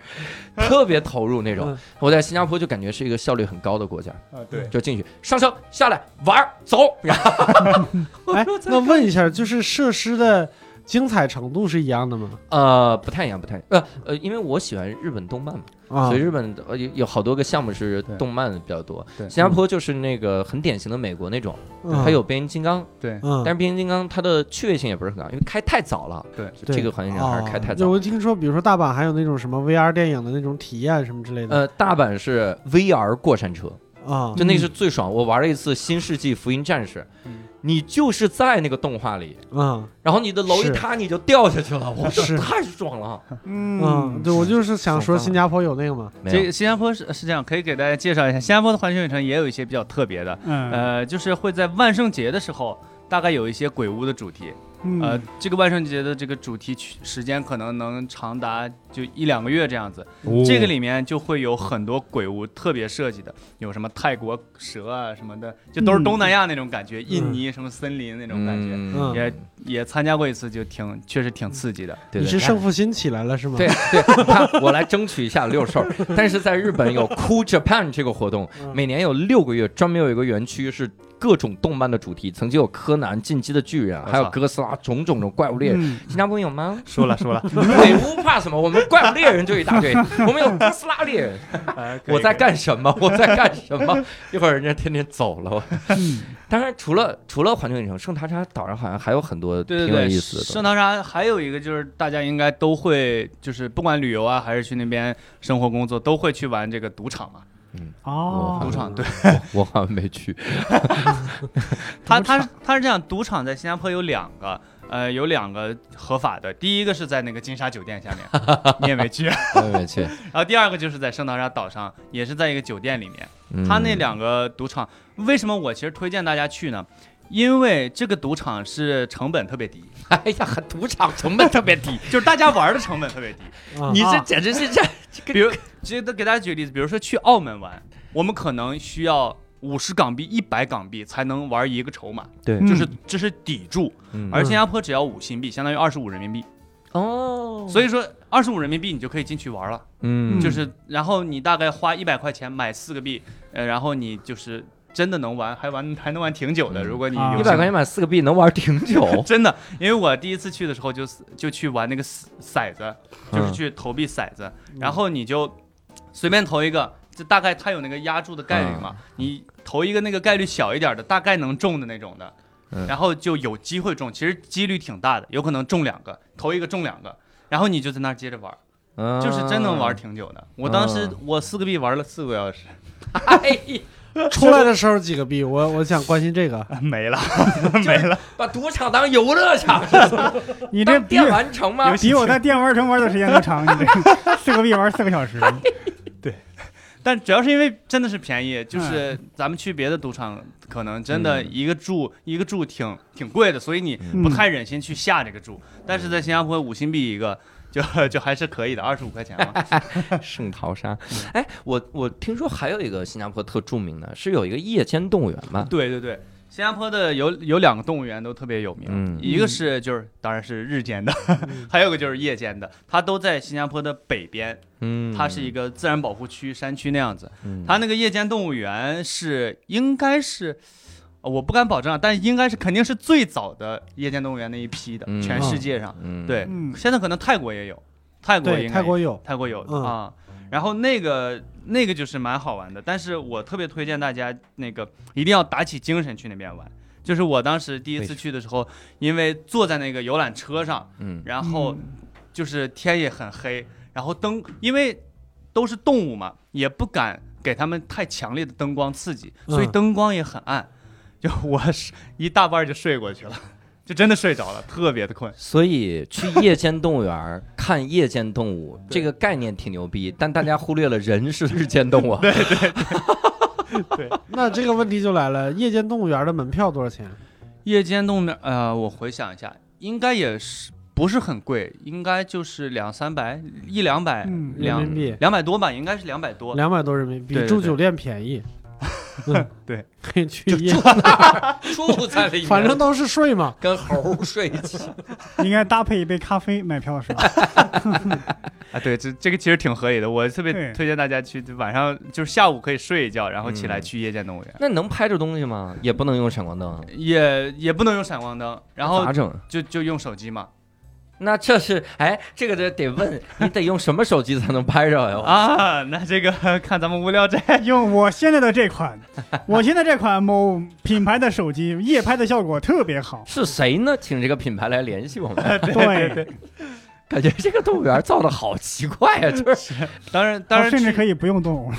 S5: 特别投入那种
S3: 嗯。
S5: 我在新加坡就感觉是一个效率很高的国家，
S4: 啊，对，
S5: 就进去上升下来玩儿走，然后
S3: 哎，那问一下，就是设施的精彩程度是一样的吗？
S5: 呃不太一样，不太一样呃呃，因为我喜欢日本动漫嘛，
S3: 啊
S5: 所以日本呃有有好多个项目是
S4: 对
S5: 动漫比较多。
S4: 对
S5: 新加坡就是那个很典型的美国那种，它，有变形金刚，
S4: 对，
S3: 嗯
S5: 但是变形金刚它的趣味性也不是很高，因为开太早了。
S4: 对，
S3: 对
S5: 这个环境上啊还是开太
S3: 哦
S5: 早。
S3: 我听说，比如说大阪还有那种什么 VR 电影的那种体验什么之类的。
S5: 呃，大阪是 VR 过山车，
S3: 啊，
S5: 就那是最爽。我玩了一次《新世纪福音战士》
S4: 嗯，
S5: 你就是在那个动画里，
S3: 嗯
S5: 然后你的楼一
S3: 是
S5: 塌你就掉下去了，我这
S3: 是
S5: 太爽了。
S3: 嗯，对我就是想说新加坡有那个嘛，
S5: 没有
S4: 这新加坡是是这样，可以给大家介绍一下，新加坡的环球影城也有一些比较特别的，
S2: 嗯
S4: 呃，就是会在万圣节的时候，大概有一些鬼屋的主题，呃
S2: 嗯，
S4: 这个万圣节的这个主题曲时间可能能长达就一两个月这样子，这个里面就会有很多鬼屋特别设计的，有什么泰国蛇啊什么的，就都是东南亚那种感觉，印尼什么森林那种感觉，
S1: 嗯
S4: 也也参加过一次，就挺确实挺刺激的。
S5: 对
S3: 你
S5: 对
S3: 是
S5: 对
S3: 胜负心起来了是吗？
S5: 对，对，看我来争取一下六兽。但是在日本有 Cool Japan 这个活动，
S3: 嗯
S5: 每年有六个月，专门有一个园区是各种动漫的主题，曾经有柯南、进击的巨人，还有哥斯拉，种种种怪物猎人。
S2: 嗯
S5: 新加坡有吗？
S4: 说了说了，
S5: 鬼屋怕什么？我们怪物猎人就一大堆，我们有哥斯拉 猎人。
S4: 哎
S5: 我在干什么？我在干什么？一会儿人家天天走了。我
S4: 嗯
S5: 当然，除了除了环球影城，圣塔莎岛上好像还有很多挺
S4: 对
S5: 有
S4: 对
S5: 意
S4: 对，
S5: 思的东西。
S4: 圣淘沙还有一个就是大家应该都会，就是不管旅游啊，还是去那边生活工作，都会去玩这个赌场嘛。
S5: 哦
S4: 赌
S2: 哦，
S4: 场对，
S5: 我好像没 去。
S4: 它它是它是这样，赌场在新加坡有两个。呃，有两个合法的，第一个是在那个金沙酒店下面，你也没去，然
S1: 我也没去。
S4: 后第二个就是在圣淘沙岛上，也是在一个酒店里面，
S5: 嗯
S4: 它那两个赌场，为什么我其实推荐大家去呢？因为这个赌场是成本特别低，
S5: 哎呀，赌场成本特别低，
S4: 就是大家玩的成本特别低。
S3: 啊，
S5: 你这简直是这
S4: 比如，直接给大家举个例子，比如说去澳门玩，我们可能需要五十港币、一百港币才能玩一个筹码，
S5: 对
S4: 就是
S2: 嗯
S4: 这是底注。
S5: 嗯
S4: 而新加坡只要五新币，相当于二十五人民币，
S5: 哦
S4: 所以说二十五人民币你就可以进去玩了。
S5: 嗯
S4: 就是，然后你大概花一百块钱买四个币，呃，然后你就是真的能玩，还玩还能玩挺久的。
S5: 嗯
S4: 如果你
S2: 啊
S4: 有
S5: 一百
S4: 钱，
S5: 块钱买四个币能玩挺久
S4: 真的，因为我第一次去的时候就就去玩那个骰骰子，就是
S5: 嗯
S4: 去投币骰子，然后你就随便投一个，就大概它有那个压注的概率
S5: 嗯
S4: 嘛，你投一个那个概率小一点的，大概能中的那种的，
S5: 嗯
S4: 然后就有机会中，其实几率挺大的，有可能中两个，投一个中两个。然后你就在那儿接着玩，
S5: 嗯
S4: 就是真能玩。挺久的。我当时我四个币玩了四个小时，
S5: 哎呀，
S3: 出来的时候几个币，我我想关心这个。
S2: 嗯
S4: 没了。
S5: 把赌场当游乐场，
S2: 你这
S5: 当
S2: 比
S5: 电玩城吗？
S2: 比 我在电玩城玩的时间都长，你这四个币玩四个小时，
S4: 但主要是因为真的是便宜，就是咱们去别的赌场，可能真
S5: 嗯
S4: 的一个注、一个注挺挺贵的，所以你
S2: 嗯
S4: 不太忍心去下这个注。
S5: 嗯
S4: 但是在新加坡五新币一个，就就还是可以的，二十五块钱 嘛。
S5: 圣淘沙。哎，我我听说还有一个新加坡特著名的，是有一个夜间动物园吧？
S4: 对对对，新加坡的有有两个动物园都特别有名，
S5: 嗯
S4: 一个是就是当然是日间的， 还有个就是夜间的，它都在新加坡的北边，
S5: 嗯
S4: 它是一个自然保护区、山区那样子。
S5: 嗯
S4: 它那个夜间动物园是应该是，呃我不敢保证啊，但应该是肯定是最早的夜间动物园那一批的，
S5: 嗯
S4: 全世界上。
S5: 嗯
S4: 对，
S2: 嗯
S4: 现在可能泰国也有，泰国
S3: 对，
S4: 应该
S3: 泰国 有，
S4: 泰国有、
S3: 嗯
S4: 啊。然后那个那个就是蛮好玩的，但是我特别推荐大家那个一定要打起精神去那边玩。就是我当时第一
S5: 为
S4: 次去的时候，因为坐在那个游览车上，
S5: 嗯
S4: 然后就是天也很黑，然后灯因为都是动物嘛，也不敢给它们太强烈的灯光刺激，所以
S3: 嗯
S4: 灯光也很暗。就我是一大半儿就睡过去了，就真的睡着了，特别的困。
S1: 所以去夜间动物园儿看夜间动物这个概念挺牛逼，但大家忽略了人是日间动物。
S5: 啊
S3: 那这个问题就来了，夜间动物园的门票多少钱？
S4: 夜间动物园，呃，我回想一下，应该也是不是很贵，应该就是两三百，一两百，
S2: 嗯
S3: 人民
S4: 两
S3: 币
S4: 两百多吧，应该是两百多。
S3: 两百多人民币，
S4: 对
S3: 比
S4: 对
S3: 住
S4: 对
S3: 酒店便 宜。嗯，
S4: 对，
S3: 可以去夜，
S6: 住在里面，
S3: 反正都是税嘛。
S6: 跟猴儿睡一起。
S2: 应该搭配一杯咖啡买票是吧？
S4: 啊，对，这这个其实挺合理的，我特
S2: 对
S4: 别推荐大家去晚上，就是下午可以睡一觉，然后起来
S6: 嗯
S4: 去夜间动物园。
S5: 那能拍着东西吗？也不能用闪光灯，
S4: 哦也也不能用闪光灯，然后
S5: 咋整？
S4: 就就用手机嘛
S5: 那这是哎，这个得得问你得用什么手机才能拍着 呀？。
S4: 啊，那这个看咱们无聊斋
S2: 用我现在的这款，我现在这款某品牌的手机夜拍的效果特别好
S5: 是谁呢？请这个品牌来联系我 们。
S2: 对，
S5: 感觉这个动物园造的好奇怪呀、 就是
S4: 当然当然
S2: 甚至
S4: 去
S2: 可以不用动物。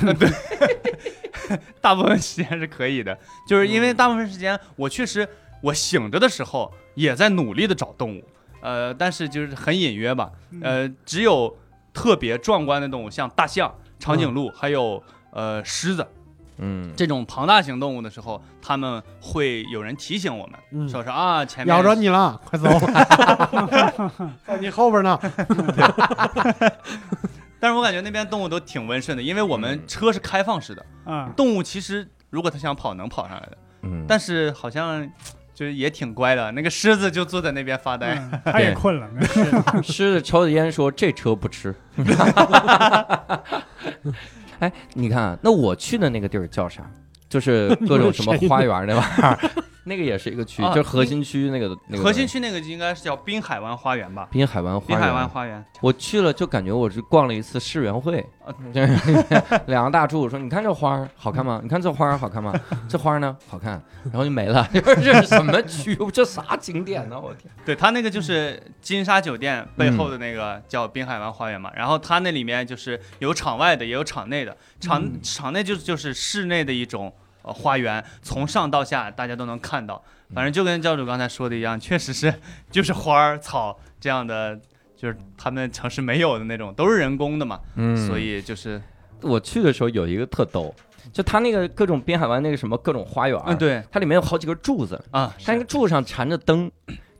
S4: 大部分时间是可以的，就是因
S3: 嗯
S4: 为大部分时间我确实我醒着的时候也在努力的找动物，呃，但是就是很隐约吧，
S3: 嗯
S4: 呃，只有特别壮观的动物，像大象、长颈
S3: 嗯
S4: 鹿，还有呃狮子
S5: 嗯，
S4: 这种庞大型动物的时候，他们会有人提醒我们，
S3: 嗯，
S4: 说说啊前面
S3: 咬着你 了，快走！ 在你后边呢。
S4: 但是我感觉那边动物都挺温顺的，因为我们
S5: 嗯
S4: 车是开放式的，
S2: 啊，
S4: 动物其实如果它想跑能跑上来的，
S5: 嗯
S4: 但是好像就是也挺乖的。那个狮子就坐在那边发呆，
S2: 嗯他也困了。
S5: 啊狮子抽着烟说：“这车不吃。” 哎，你看啊，那我去的那个地儿叫啥？就是各种什么花园那玩意 儿，那个也是一个区，
S4: 啊
S5: 就是核心区那个那个
S4: 核心区那个应该是叫滨海湾花园吧？
S5: 滨海湾花
S4: 滨
S5: 园。
S4: 海湾花园，
S5: 我去了就感觉我是逛了一次世园会
S4: 啊，
S5: 就是 两个大柱说：“你看这花儿好看吗？ 你看这花儿好看吗？这花儿呢好看。”然后就没了， 就是这是什么区？这啥景点呢？我天！
S4: 对，它那个就是金沙酒店背后的那个叫滨海湾花园嘛。然后它那里面就是有场外的，也有场内的。场、
S5: 嗯
S4: 场内就就是室内的一种呃花园，从上到下大家都能看到。反正就跟教主刚才说的一样，确实是 就是花儿草这样的，就是他们城市没有的那种，都是人工的嘛。
S5: 嗯
S4: 所以就是
S5: 我去的时候有一个特逗，就它那个各种滨海湾那个什么各种花园，
S4: 嗯，，对
S5: 它里面有好几个柱子，
S4: 啊，是
S5: 它那个柱上缠着灯。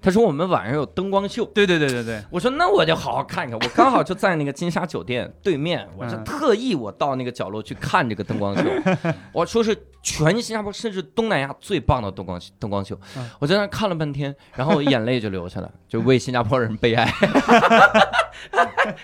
S5: 他说我们晚上有灯光秀，
S4: 对对对对对，
S5: 我说那我就好好看看。我刚好就在那个金沙酒店对 面，我就
S4: 嗯
S5: 特意我到那个角落去看这个灯 光秀。我说是全新加坡甚至东南亚最棒的灯光灯光秀
S4: 嗯。
S5: 我在那儿看了半天，然后我眼泪就流下来，就为新加坡人悲哀。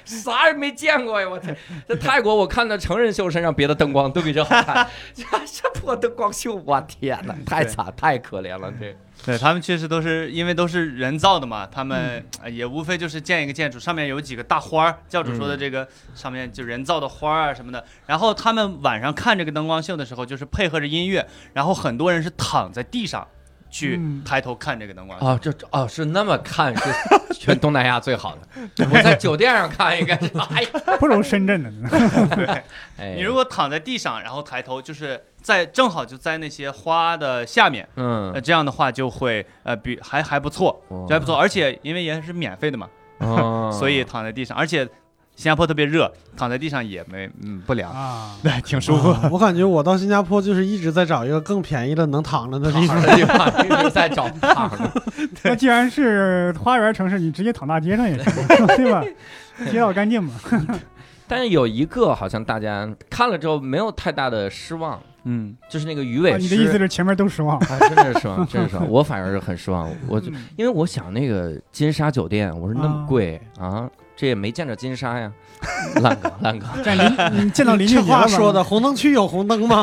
S5: 啥也没见过呀！我天，在泰国我看到成人秀身上别的灯光都比这好看， 这这破灯光秀，我天哪，太惨太可怜了这。
S4: 对他们确实都是因为都是人造的嘛，他
S5: 嗯
S4: 们呃也无非就是建一个建筑，上面有几个大花儿，教主说的
S5: 嗯
S4: 这个、上面就人造的花儿啊什么的。然后他们晚上看这个灯光秀的时候，就是配合着音乐，然后很多人是躺在地上去
S2: 嗯
S4: 抬头看这个灯光秀。
S5: 哦，这这哦是那么看是 全东南亚最好的。我在酒店上看应该是， 哎呀，
S2: 不如深圳的呢。
S5: 哎
S4: 你如果躺在地上，然后抬头，就是在正好就在那些花的下面，呃，
S5: 嗯，
S4: 这样的话就会呃比还还不错，就还不错，而且因为也是免费的嘛，
S5: 哦，
S4: 所以躺在地上，而且新加坡特别热，躺在地上也没嗯不凉，
S2: 啊，
S4: 对，挺舒服。
S3: 我感觉我到新加坡就是一直在找一个更便宜的能躺着的地
S5: 躺
S3: 方。
S5: 的地方一直在找躺着，
S2: 那既然是花园城市，你直接躺大街上也行，对吧？街道干净嘛。
S5: 但是有一个好像大家看了之后没有太大的失望，
S4: 嗯，
S5: 就是那个鱼
S2: 啊
S5: 尾
S2: 你的意思
S5: 狮。
S2: 是前面都失望？
S5: 啊，真的是失 望，真的是失望。我反而是很失望，我就
S2: 嗯
S5: 因为我想那个金沙酒店，我说那么贵啊，这也没见着金 沙呀，烂梗烂梗。
S2: 见邻，嗯你见到邻居
S3: 这
S2: 节了
S3: 话
S2: 吧？
S3: 说的，红灯区有红灯吗？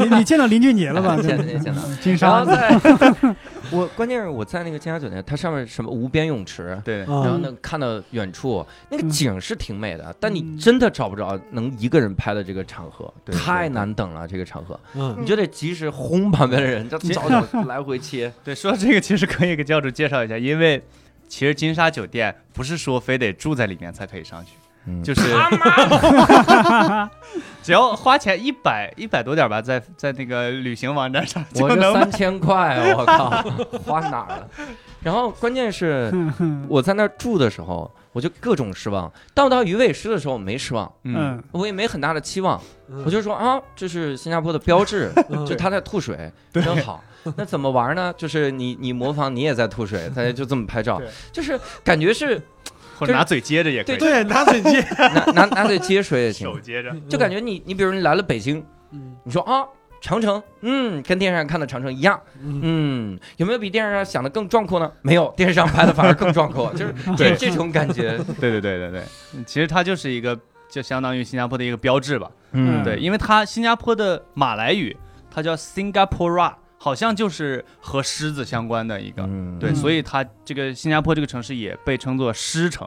S2: 你你见到邻居节了 吧？嗯
S5: 见到见到
S2: 金
S5: 然
S2: 沙
S5: 后在， 我关键是我在那个金沙酒店，它上面什么无边泳池，
S4: 对，
S5: 然后
S3: 啊，
S5: 能看到远处那个
S2: 嗯
S5: 景是挺美的，但你
S2: 嗯
S5: 真的找不着能一个人拍的这个场合，
S4: 对
S5: 太
S4: 对
S5: 难等了。这个场合，
S3: 嗯，
S5: 你就得及时轰旁边的人，就
S4: 其
S5: 早 点来回切。
S4: 对，说到这个其实可以给教主介绍一下，因为其实金沙酒店不是说非得住在里面才可以上去，
S5: 嗯
S4: 就是 只要花钱一百一百多点儿吧，在在那个旅行网站上就
S5: 我这
S4: 能买。
S5: 三千块，
S4: 嗯
S2: 嗯
S5: 我靠，花哪儿了？然后关键是我在那儿住的时候，我就各种失望。到到鱼尾狮的时候，我没失望，
S2: 嗯，
S5: 我也没很大的期望，
S3: 嗯
S5: 我就说啊，这是新加坡的标志，就他在吐水，真 好。那怎么玩呢？就是你你模仿，你也在吐 水，大家就这么拍照
S3: 对，
S5: 就是感觉是
S4: 或者拿嘴接着也可以，
S3: 对拿嘴接，
S5: 拿拿拿嘴接水也行
S4: 手，接着，
S5: 就感觉你你比如你来了北京，
S3: 嗯
S5: 你说啊。长城，嗯，跟电视上看的长城一样，
S3: 嗯
S5: 嗯，有没有比电视上想的更壮阔呢？没有，电视上拍的反而更壮阔， 就是这
S4: 对
S5: 这种感 觉，
S4: 对对对对对，嗯其实它就是一个就相当于新加坡的一个标志吧，
S2: 嗯
S4: 对，因为它新加坡的马来语它叫 Singapura，好像就是和狮子相关的一个，
S5: 嗯
S4: 对，
S2: 嗯
S4: 所以它这个新加坡这个城市也被称作狮城。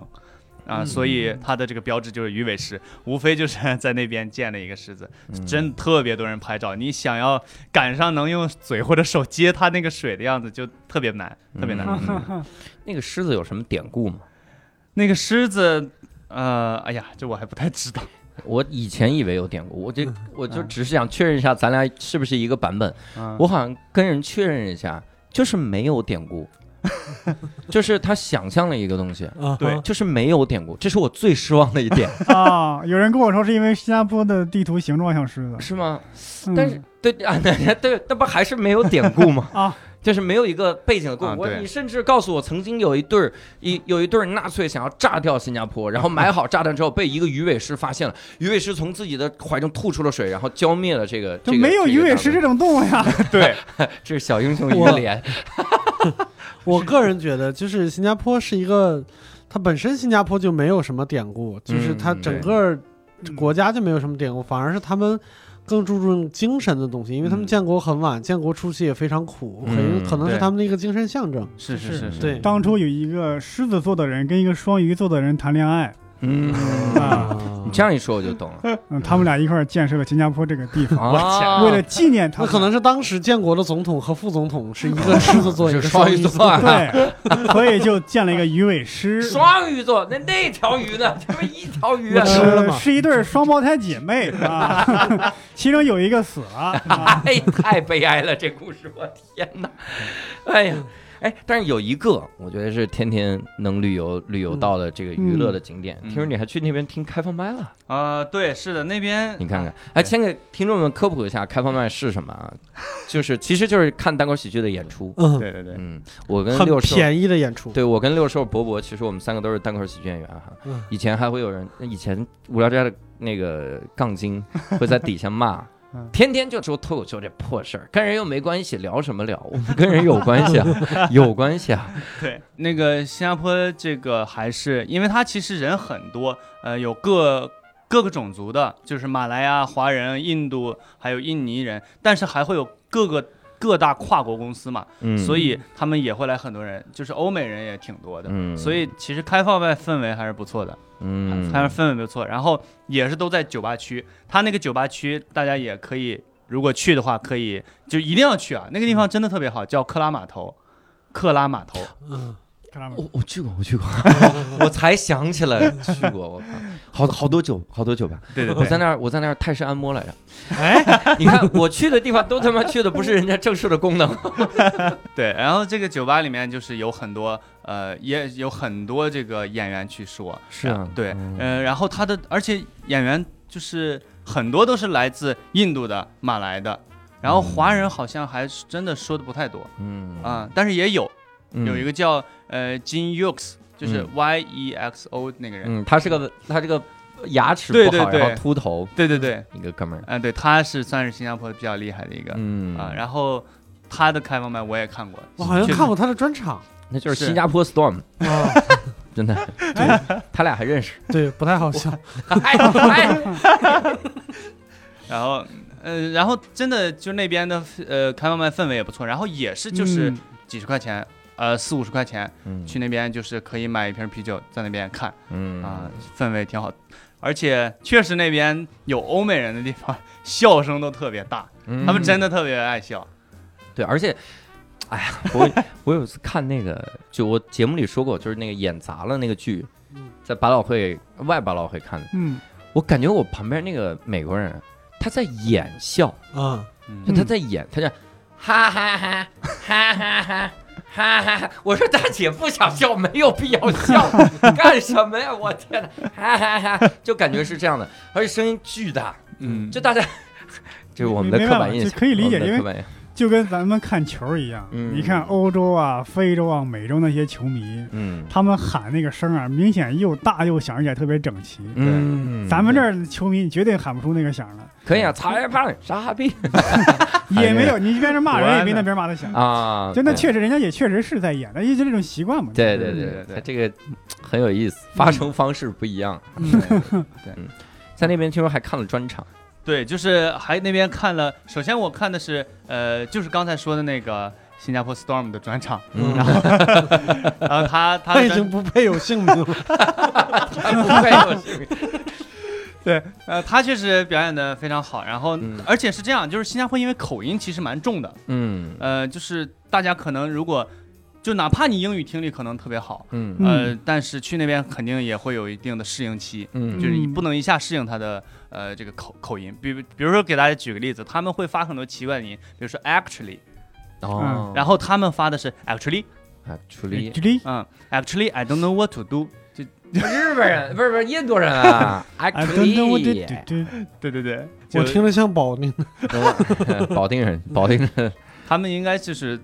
S4: 啊，
S3: 嗯
S4: 所以它的这个标志就是鱼尾狮，无非就是在那边建了一个狮子，真特别多人拍照。你想要赶上能用嘴或者手接它那个水的样子，就特别难，特别难。
S5: 嗯
S2: 哈哈
S5: 那个狮子有什么典故吗？
S4: 那个狮子，呃，哎呀，这我还不太知道。
S5: 我以前以为有典故，我这我就只是想确认一下，咱俩是不是一个版本？
S4: 嗯
S5: 我好像跟人确认一下，就是没有典故，就是他想象了一个东西，
S3: 啊
S4: 对
S3: 哈
S5: 就是没有典故，这是我最失望的一点，
S2: 啊，有人跟我说是因为新加坡的地图形状像狮子，
S5: 是吗？
S2: 嗯
S5: 但是对啊，那对，那不还是没有典故吗？
S2: 啊，
S5: 就是没有一个背景的故事。
S4: 啊
S5: 我
S4: 对
S5: 你甚至告诉我，曾经有一对儿一有一对儿纳粹想要炸掉新加坡，然后买好炸弹之后被一个鱼尾狮发现了，鱼尾狮从自己的怀中吐出了水，然后浇灭了这个。
S2: 就
S5: 这个
S2: 没有
S5: 这个
S2: 鱼尾
S5: 炸弹
S2: 狮这种动物呀。
S4: 对，
S5: 这是小英雄一
S3: 我
S5: 个脸，
S3: 我个人觉得，就是新加坡是一个，它本身新加坡就没有什么典故，就是它整个国家就没有什么典故，反而是他们更注重精神的东西，因为他们
S4: 嗯
S3: 建国很晚，建国初期也非常苦，
S5: 嗯
S3: 很有可能是
S4: 对
S3: 他们的一个精神象征。
S4: 是是
S2: 是
S4: 是是，
S3: 对
S2: 当初有一个狮子座的人跟一个双鱼座的人谈恋爱，
S5: 嗯，
S2: 啊
S5: 你这样一说我就懂 了。
S2: 嗯，他们俩一块儿建设了新加坡这个地方，
S5: 啊，
S2: 为了纪念他
S3: 那
S2: 们，
S3: 可能是当时建国的总统和副总统是一个狮子座，一
S5: 是
S3: 个
S5: 双
S3: 鱼
S5: 鱼座，啊，
S2: 对，所以就建了一个鱼尾狮。
S5: 双鱼座，那那条鱼呢？这不一条鱼啊
S3: 我！吃了
S2: 呃，
S3: 吗
S2: 是一对儿双胞胎姐妹啊， 其中有一个死了啊，
S5: 哎，太悲哀了，这故事，我天哪！哎呀，哎，但是有一个，我觉得是天天能旅游旅游到的这个娱乐的景点。
S4: 嗯
S5: 听说你还去那边听开放麦了，
S4: 啊，对，是的，那边
S5: 你看看，哎，先给听众们科普一下开放麦是什么啊？就是其实就是看单口喜剧的演出。
S3: 嗯，
S4: 对对对，
S5: 嗯，我跟
S3: 很
S5: 六兽
S3: 便宜的演出。
S5: 对我跟六兽、博博，其实我们三个都是单口喜剧演员哈。
S3: 嗯
S5: 以前还会有人，以前无聊斋的那个杠 精会在底下骂
S2: 嗯。
S5: 天天就说脱口秀这破事儿，跟人又没关系，聊什么聊？我们跟人有关系 啊，有关系啊。
S4: 对，那个新加坡这个还是，因为它其实人很多，呃，有各各个种族的，就是马来啊、华人、印度还有印尼人，但是还会有各个各大跨国公司嘛，
S5: 嗯，
S4: 所以他们也会来很多人，就是欧美人也挺多的。
S5: 嗯，
S4: 所以其实开放麦氛围还是不错的，
S5: 嗯，
S4: 还是氛围不错。然后也是都在酒吧区，它那个酒吧区大家也可以，如果去的话可以就一定要去啊，那个地方真的特别好，叫克拉码头，克拉码头。
S3: 嗯，
S2: 看到没有
S5: 我我去过，我去过， 我才想起来去过，我靠， 好好多酒，好多酒吧。
S4: 对对
S5: 我
S4: 对
S5: 在。那儿，我在那儿泰式按摩来着。 哎，你看我去的地方都他妈去的不是人家正式的功能。
S4: 对，然后这个酒吧里面就是有很多呃，也有很多这个演员去说，
S5: 是啊
S4: 对，
S5: 嗯
S4: 呃，然后他的，而且演员就是很多都是来自印度的、马来的，然后华人好像还是真的说的不太多
S5: 嗯
S4: 啊、但是也有有一
S5: 个，
S4: 个叫呃金 Yux，就是
S5: 嗯
S4: Y E X O 那个人，
S5: 嗯，他是个他这个牙齿
S4: 对
S5: 不好，
S4: 对对
S5: 然后秃头
S4: 对对对，
S5: 一个哥们儿。
S4: 嗯、对，他是算是新加坡比较厉害的一个啊、
S5: 嗯
S4: 然后他的开放麦我也看过，
S3: 我好像
S4: 确实
S3: 看过他的专场
S5: 那就是
S4: 是
S5: 新加坡 Storm，
S3: 啊，
S5: 真的，他俩还认识。
S3: 对，不太好笑。
S5: 哎哎，
S4: 然后，呃，然后真的就那边的呃开放麦氛围也不错，然后也是就是
S2: 嗯
S4: 几十块钱，呃四五十块钱
S5: 嗯
S4: 去那边就是可以买一瓶啤酒在那边看
S5: 嗯
S4: 啊、氛围挺好，而且确实那边有欧美人的地方， 笑声都特别大，他们真的特别爱笑。
S5: 嗯对，而且，哎呀，我 我有一次看那个，就我节目里说过，就是那个演砸了那个剧，在百老汇外百老汇看的，
S2: 嗯，
S5: 我感觉我旁边那个美国人他在演笑，
S3: 嗯，
S5: 就他
S2: 嗯
S5: 在演，他在哈哈哈哈哈哈哈。哈哈哈！我说大姐不想笑，没有必 要笑，干什么呀？我天哪！哈哈哈！就感觉是这样的，而且声音巨大，
S4: 嗯，
S5: 就大家， 这是我们的
S2: 没
S5: 刻
S2: 办法
S5: 板印
S2: 这
S5: 象，
S2: 可以理解
S5: 我们的
S2: 因为
S5: 刻板印象
S2: 就跟咱们看球一样，
S5: 嗯
S2: 你看欧洲啊、非洲啊、美洲那些球迷，
S5: 嗯
S2: 他们喊那个声啊，明显又大又响，而且特别整齐。
S5: 嗯，
S2: 咱们这儿的球迷你绝对喊不出那个响来，
S5: 可以啊，裁判傻逼 哎
S2: 也没有，你一边是骂人，也没那边骂他响。
S5: 啊，
S2: 就那
S5: 对
S2: 确实，人家也确实是在演，那也就这种习惯嘛。
S5: 对
S2: 就是
S5: 对
S4: 对
S5: 对
S4: 对
S5: 对，这个很有意思，发声方式不一样。对，嗯在那边听说还看了专场，
S4: 对，就是还那边看了，首先我看的是呃，就是刚才说的那个新加坡 Storm 的专场，
S5: 嗯
S4: 然后然后他他
S3: 他
S4: 的
S3: 已经不
S4: 专
S3: 配有姓名了。
S4: 对呃他确实表演的非常好，然后、
S5: 嗯
S4: 而且是这样，就是新加坡因为口音其实蛮重的，
S5: 嗯
S4: 呃，就是大家可能如果就哪怕你英语听力可能特别好，
S5: 嗯
S4: 呃，但是去那边肯定也会有一定的适应期，
S5: 嗯
S4: 就是你不能一下适应他的呃这个口口音，比如比如说给大家举个例子，他们会发很多奇怪的音，比如说 actually，
S5: 哦，
S4: 然后他们发的是 actually，
S5: 啊，处理
S2: 举例
S4: 嗯，actually I don't know what to do，就
S5: 日本人不是不是印度人啊
S2: ，I don't know what to
S5: ，actually，
S2: do
S4: 对对对，就
S3: 我听着像保定的，
S5: 保定 人，保定人，
S4: 他们应该就是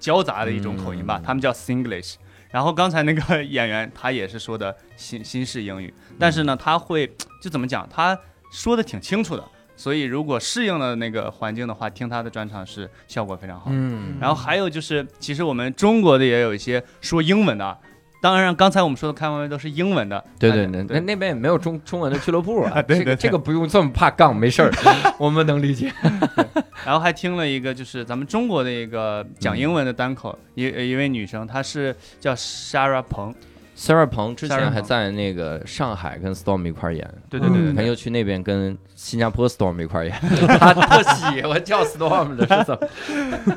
S4: 交杂的一种口音吧，
S5: 嗯
S4: 他们叫 Singlish。然后刚才那个演员他也是说的新新式英语，但是呢，他会就怎么讲，他说的挺清楚的，所以如果适应了那个环境的话，听他的专场是效果非常好。
S5: 嗯
S4: 然后还有就是，其实我们中国的也有一些说英文的啊，当然刚才我们说的开放麦都是英文的，
S5: 对对
S4: 大
S5: 哎对，
S4: 家
S5: 那那边也没有中中文的俱乐部啊，
S4: 对
S5: 这个
S4: 对对
S5: 这个不用这么怕杠，没 事儿，我们能理解。
S4: 然后还听了一个，就是咱们中国的一个讲英文的单口，一呃一位女生，她是叫 Sarah 彭，
S5: 三二鹏之前
S4: Sarah
S5: 还
S4: 鹏
S5: 在那个上海跟 Storm 一块儿演，
S4: 对对对对
S2: 嗯
S5: 他又去那边跟新加坡 Storm 一块儿演， 他特喜欢叫 Storm 的是怎么？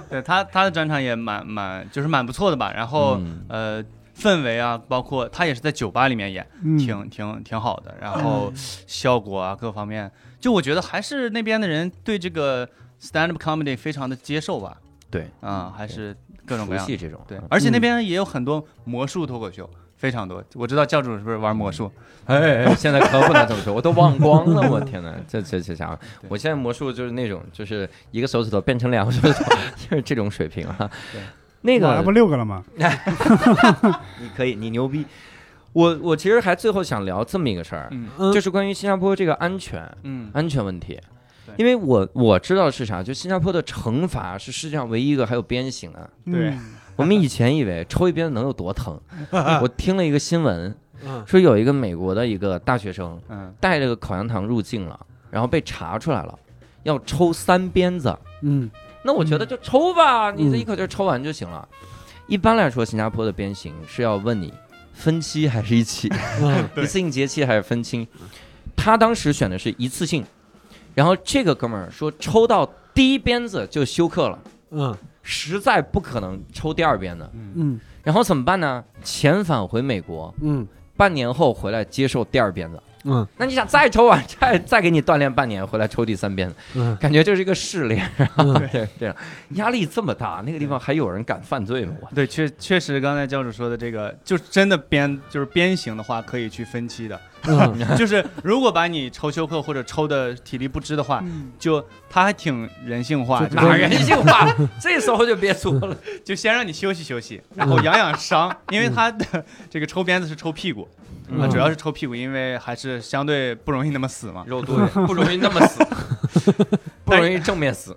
S4: 对她她的专场也蛮蛮就是蛮不错的吧，然后、
S5: 嗯
S4: 呃氛围啊，包括她也是在酒吧里面演，
S2: 嗯，
S4: 挺挺挺好的，然后
S5: 嗯
S4: 效果啊各方面，就我觉得还是那边的人对这个 stand up comedy 非常的接受吧，
S5: 嗯对，
S4: 啊、还是各种各
S5: 熟
S4: 样的
S5: 悉这种，
S4: 对
S5: 嗯，
S4: 而且那边也有很多魔术脱口秀。非常多，我知道教主是不是玩魔术？
S5: 哎，哎现在可不能这么说，我都忘光了，我天哪，这这这啥？我现在魔术就是那种，就是一个手指头变成两个手指头， 就是这种水平啊
S4: 对。
S5: 那
S2: 我
S5: 个
S2: 还不六个了吗？
S5: 你可以，你牛逼。我我其实还最后想聊这么一个事儿，啊
S4: 嗯
S3: 嗯
S5: 就是关于新加坡这个安全
S4: 嗯
S5: 安全问题
S4: 对。
S5: 因为我我知道是啥，就新加坡的惩罚是世界上唯一一个还有鞭刑的。
S4: 对
S2: 嗯，
S5: 我们以前以为抽一鞭子能有多 疼，我听了一个新闻
S3: 嗯
S5: 说有一个美国的一个大学生
S4: 嗯，
S5: 带着个口香糖入境了，然后被查出来了，要抽三鞭子。
S3: 嗯，
S5: 那我觉得就抽吧，你这
S3: 嗯
S5: 一口气儿抽完就行了。一般来说，新加坡的鞭刑是要问你分期还是 一起，
S3: 嗯
S5: 一次性结期还是分期。他当时选的是一次性，然后这个哥们儿说抽到第一鞭子就休克了，
S3: 嗯
S5: 实在不可能抽第二鞭的。
S3: 嗯
S5: 然后怎么办呢？遣返回美国，
S3: 嗯
S5: 半年后回来接受第二鞭子。
S3: 嗯
S5: 那你想再抽啊， 再再给你锻炼半年，回来抽第三鞭子，
S3: 嗯
S5: 感觉就是一个试炼。
S3: 嗯，
S5: 对，这样压力这么大，那个地方还有人敢犯罪 吗？我
S4: 对，确确实，刚才教主说的这个，就真的鞭就是鞭刑的话，可以去分期的。
S3: 嗯
S4: 就是如果把你抽休克或者抽的体力不支的话，
S2: 嗯
S4: 就他还挺人性化，
S3: 就
S4: 就
S5: 哪
S4: 是
S5: 人性化？ 这时候就别说 了。
S4: 就先让你休息休息，然后养养伤，因为他的 这个抽鞭子是抽屁股，啊，
S3: 嗯
S4: 主要是抽屁股，因为还是相对不容易那么死嘛。
S5: 肉多不容易那么死，嗯 不容易正面死。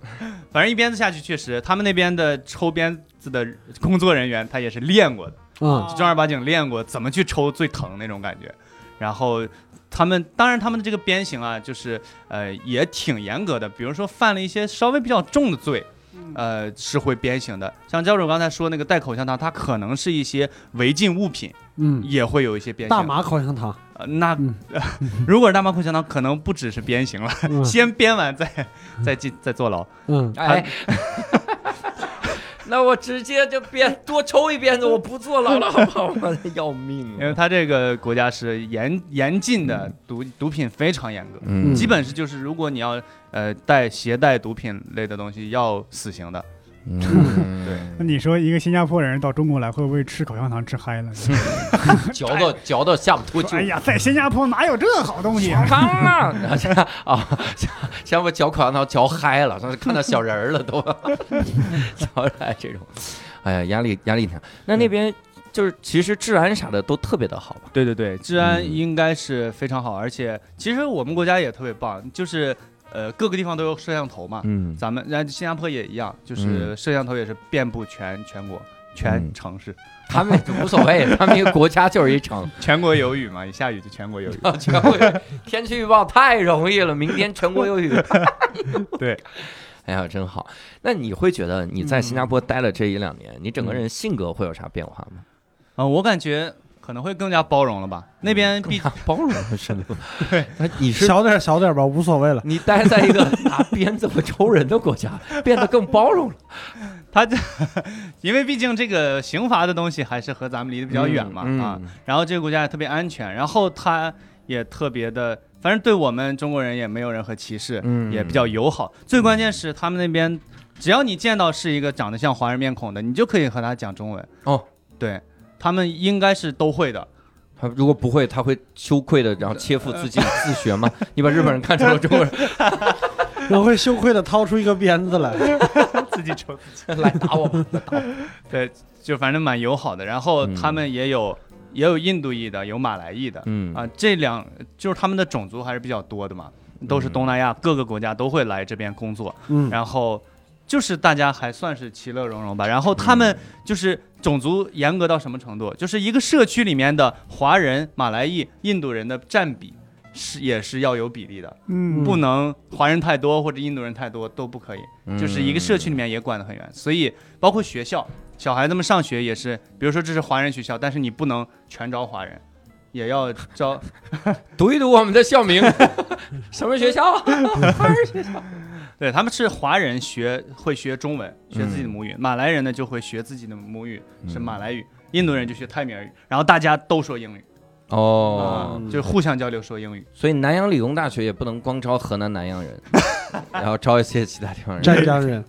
S4: 反正一鞭子下去，确实他们那边的抽鞭子的工作人员，他也是练过的，
S3: 嗯，
S4: 就正儿八经练过怎么去抽最疼那种感觉。然后他们当然他们的这个鞭刑啊，就是呃也挺严格的，比如说犯了一些稍微比较重的罪。呃，是会鞭刑的。像教主刚才说那个带口香糖，它可能是一些违禁物品，
S3: 嗯，
S4: 也会有一些鞭刑。
S3: 大麻口香糖，
S4: 呃那、
S3: 嗯
S4: 如果是大麻口香糖，可能不只是鞭刑了，
S3: 嗯
S4: 先 鞭完再再进再坐牢。
S3: 嗯
S5: 哎， 那我直接就别多抽一鞭子，我不坐牢了，好 不好？我要命啊
S4: 因为！他这个国家是严严禁
S3: 嗯
S4: 的毒毒品非常严格，
S5: 嗯
S4: 基本是就是如果你要呃带携带毒品类的东西要死刑的，
S1: 对，
S5: 嗯
S2: 那你说一个新加坡人到中国来，会不会吃口香糖吃嗨了？
S5: 嚼到嚼到下巴脱
S2: 哎呀，在新加坡哪有这好东 西？
S5: 汤啊！啊，下巴嚼口香糖嚼嗨了，上次看到小人儿了都， 嚼来这种，哎呀，压力压力挺大。那那边就是其实治安啥的都特别的好吧？
S4: 对对对，治安
S5: 嗯
S4: 应该是非常好，而且其实我们国家也特别棒，就是呃各个地方都有摄像头嘛，
S5: 嗯，
S4: 咱们然后新加坡也一样，就是
S5: 嗯
S4: 摄像头也是遍布全全国。全
S5: 嗯
S4: 城市，
S5: 他们无所谓，他们一个国家就是一 城。
S4: 全国有雨嘛，一下雨就全国有雨。
S5: 全国有雨天气预报太容易了，明天全国有雨。
S4: 对，
S5: 哎呀，真好。那你会觉得你在新加坡待了这一两年，你整个人性格会有啥变化吗？
S4: 啊、我感觉可能会更加包容了吧。那边毕
S5: 啊包容和深度。对，你是
S3: 小点儿小点儿吧，无所谓了。
S5: 你待在 一个
S4: 啊
S5: 拿鞭子会抽人的国家，变得更包容了。
S4: 他这，因为毕竟这个刑罚的东西还是和咱们离得比较远嘛、
S5: 嗯
S4: 啊，，然后这个国家也特别安全，然后他也特别的，反正对我们中国人也没有任何歧视，
S5: 嗯
S4: 也比较友好。最关键是他们那边，只要你见到是一个长得像华人面孔的，你就可以和他讲中文。
S5: 哦，
S4: 对他们应该是都会的。
S5: 他如果不会，他会羞愧的，然后切腹自尽自学吗？ 你把日本人看成了中国人，
S3: 然后会羞愧的掏出一个鞭子来，
S4: 自己抽，
S5: 来打我吧！
S4: 对，就反正蛮友好的。然后
S5: 嗯
S4: 他们也有、也有印度裔的，有马来裔的，
S5: 嗯
S4: 啊，这两就是他们的种族还是比较多的嘛，都是
S5: 嗯
S4: 东南亚各个国家都会来这边工作，
S3: 嗯，
S4: 然后就是大家还算是其乐融融吧。然后他们就是种族严格到什么程度，就是一个社区里面的华人、马来裔、印度人的占比是也是要有比例的，
S2: 嗯，
S4: 不能华人太多或者印度人太多都不可以。
S5: 嗯
S4: 就是一个社区里面也管得很严，所以包括学校，小孩子们上学也是，比如说这是华人学校，但是你不能全招华人，也要招，
S5: 读一读我们的校名， 什么学校？
S4: 对，他们是华人学会学中文，学自己的母语，马来人呢就会学自己的母语是马来语，印度人就学泰米尔语，然后大家都说英语，
S5: 哦，
S4: 啊就互相交流说英语，
S5: 所以南洋理工大学也不能光招河南南洋 人，然后招一些其他地方人。
S3: 湛江人，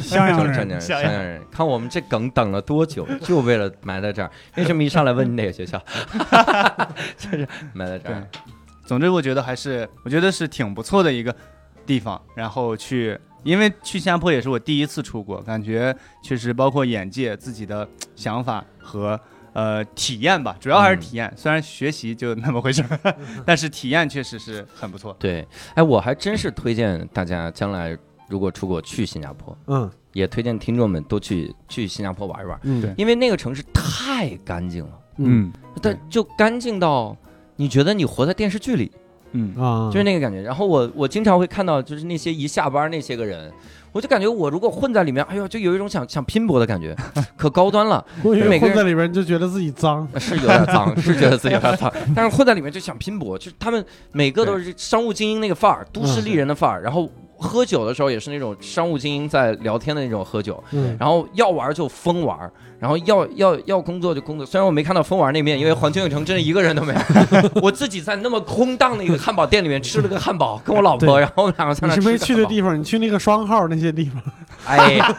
S2: 襄阳
S5: 江
S2: 人，
S5: 人，襄阳人，看我们这梗等了多久，就为了埋在这儿。为什么一上来问你哪个 学校？就是埋在这
S4: 对
S5: 儿。，
S4: 总之我觉得还是我觉得是挺不错的一个地方，然后去。因为去新加坡也是我第一次出国，感觉确实包括眼界、自己的想法和呃体验吧，主要还是体验。虽然学习就那么回事儿， 但是体验确实是很不错。
S5: 对，哎，我还真是推荐大家将来如果出国去新加坡，
S3: 嗯
S5: 也推荐听众们都去去新加坡玩一玩，
S3: 嗯，
S4: 对
S5: 因为那个城市太干净了，
S3: 嗯
S5: 但就干净到你觉得你活在电视剧里。
S4: 嗯，
S3: 啊，
S5: 就是那个感觉。然后我我经常会看到，就是那些一下班那些个人，我就感觉我如果混在里面，哎呦，就有一种想想拼搏的感 觉，可高端了，
S3: 我以为
S5: 每个人
S3: 混在里边就觉得自己脏，
S5: 是有点 脏，是觉得自己有点脏，但是混在里面就想拼搏，就是他们每个都是商务精英那个范儿，都
S4: 嗯
S5: 市丽人的范儿，然后。喝酒的时候也是那种商务精英在聊天的那种喝酒，
S3: 嗯，
S5: 然后要玩就疯玩，然后要要要工作就工作。虽然我没看到疯玩那面，因为环球影城真的一个人都 没有，我自己在那么空荡的一个汉堡店里面吃了个汉堡，跟我老婆，
S3: 对
S5: 然后我们两个在
S3: 你
S5: 那
S3: 是
S5: 吃
S3: 没去的
S5: 个汉堡
S3: 地方，你去那个双号那些地方，
S5: 哎呀，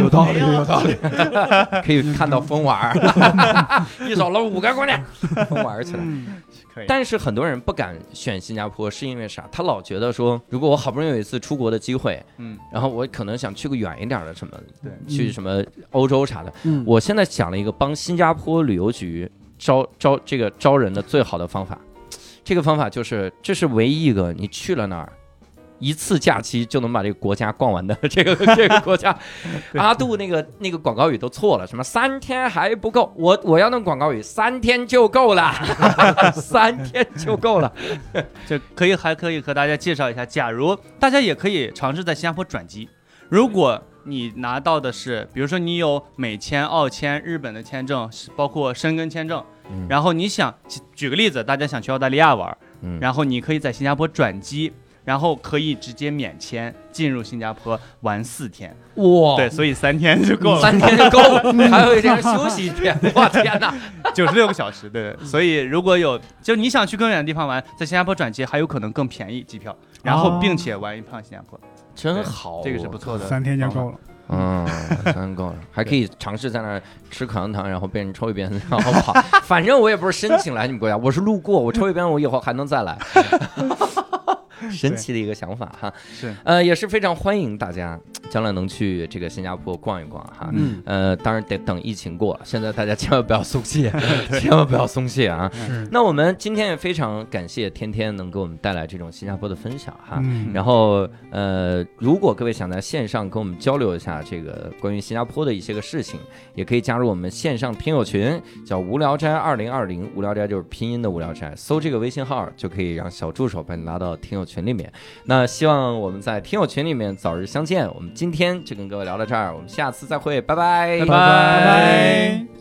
S3: 有道理，有道理，
S5: 哎可以看到疯玩 儿，一手搂五个姑娘，疯玩儿起来。
S4: 可以。
S5: 但是很多人不敢选新加坡，是因为啥？他老觉得说，如果我好不容易有一次出国的机会，
S4: 嗯，
S5: 然后我可能想去个远一点儿的什么，
S4: 对
S5: 去什么欧洲啥的。
S3: 嗯，
S5: 我现在想了一个帮新加坡旅游局招招这个招人的最好的方法，这个方法就是这是唯一一个你去了那儿。一次假期就能把这个国家逛完的 这个这个国 家，阿杜那个那个广告语都错了，什么三天还不够，我我要那广告语三天就够了， 三天就够了，
S4: 这可以还可以和大家介绍一下，假如大家也可以尝试在新加坡转机，如果你拿到的是，比如说你有美签、澳签、日本的签证，包括申根签证，
S5: 嗯
S4: 然后你想举举个例子，大家想去澳大利亚玩，
S5: 嗯
S4: 然后你可以在新加坡转机。然后可以直接免签进入新加坡玩四天，
S5: 哇，
S4: 对，所以三天就够了，
S5: 三天就够 了，还有一天休息一天，我天哪，
S4: 九十六个小时，对。所以如果有，就你想去更远的地方玩，在新加坡转机还有可能更
S5: 啊
S4: 便宜机票，然后并且玩一趟新加坡，
S5: 真好，
S4: 这个是不错的。
S2: 三天就够了。
S5: 嗯，三 够了，还可以尝试在那儿吃口香糖，然后被人抽一鞭子，然后跑。 反正我也不是申请来你们国家，我是路过，我抽一鞭，我以后还能再 来。神奇的一个想法哈，
S4: 是
S5: 呃，也是非常欢迎大家将来能去这个新加坡逛一逛哈。
S3: 嗯，
S5: 呃，当然得等疫情过，现在大家千万不要松 懈，千万不要松懈啊！
S2: 是，
S5: 那我们今天也非常感谢天天能给我们带来这种新加坡的分享哈。
S2: 嗯，
S5: 啊然后，呃，如果各位想在线上跟我们交流一下这个关于新加坡的一些个事情，也可以加入我们线上听友群，叫“无聊斋二零二零”，无聊斋就是拼音的无聊斋，搜这个微信号就可以让小助手把你拉到听友群里面。那希望我们在听友群里面早日相见。我们今天就跟各位聊到这儿，我们下次再会，拜拜，
S4: 拜拜
S2: 拜拜。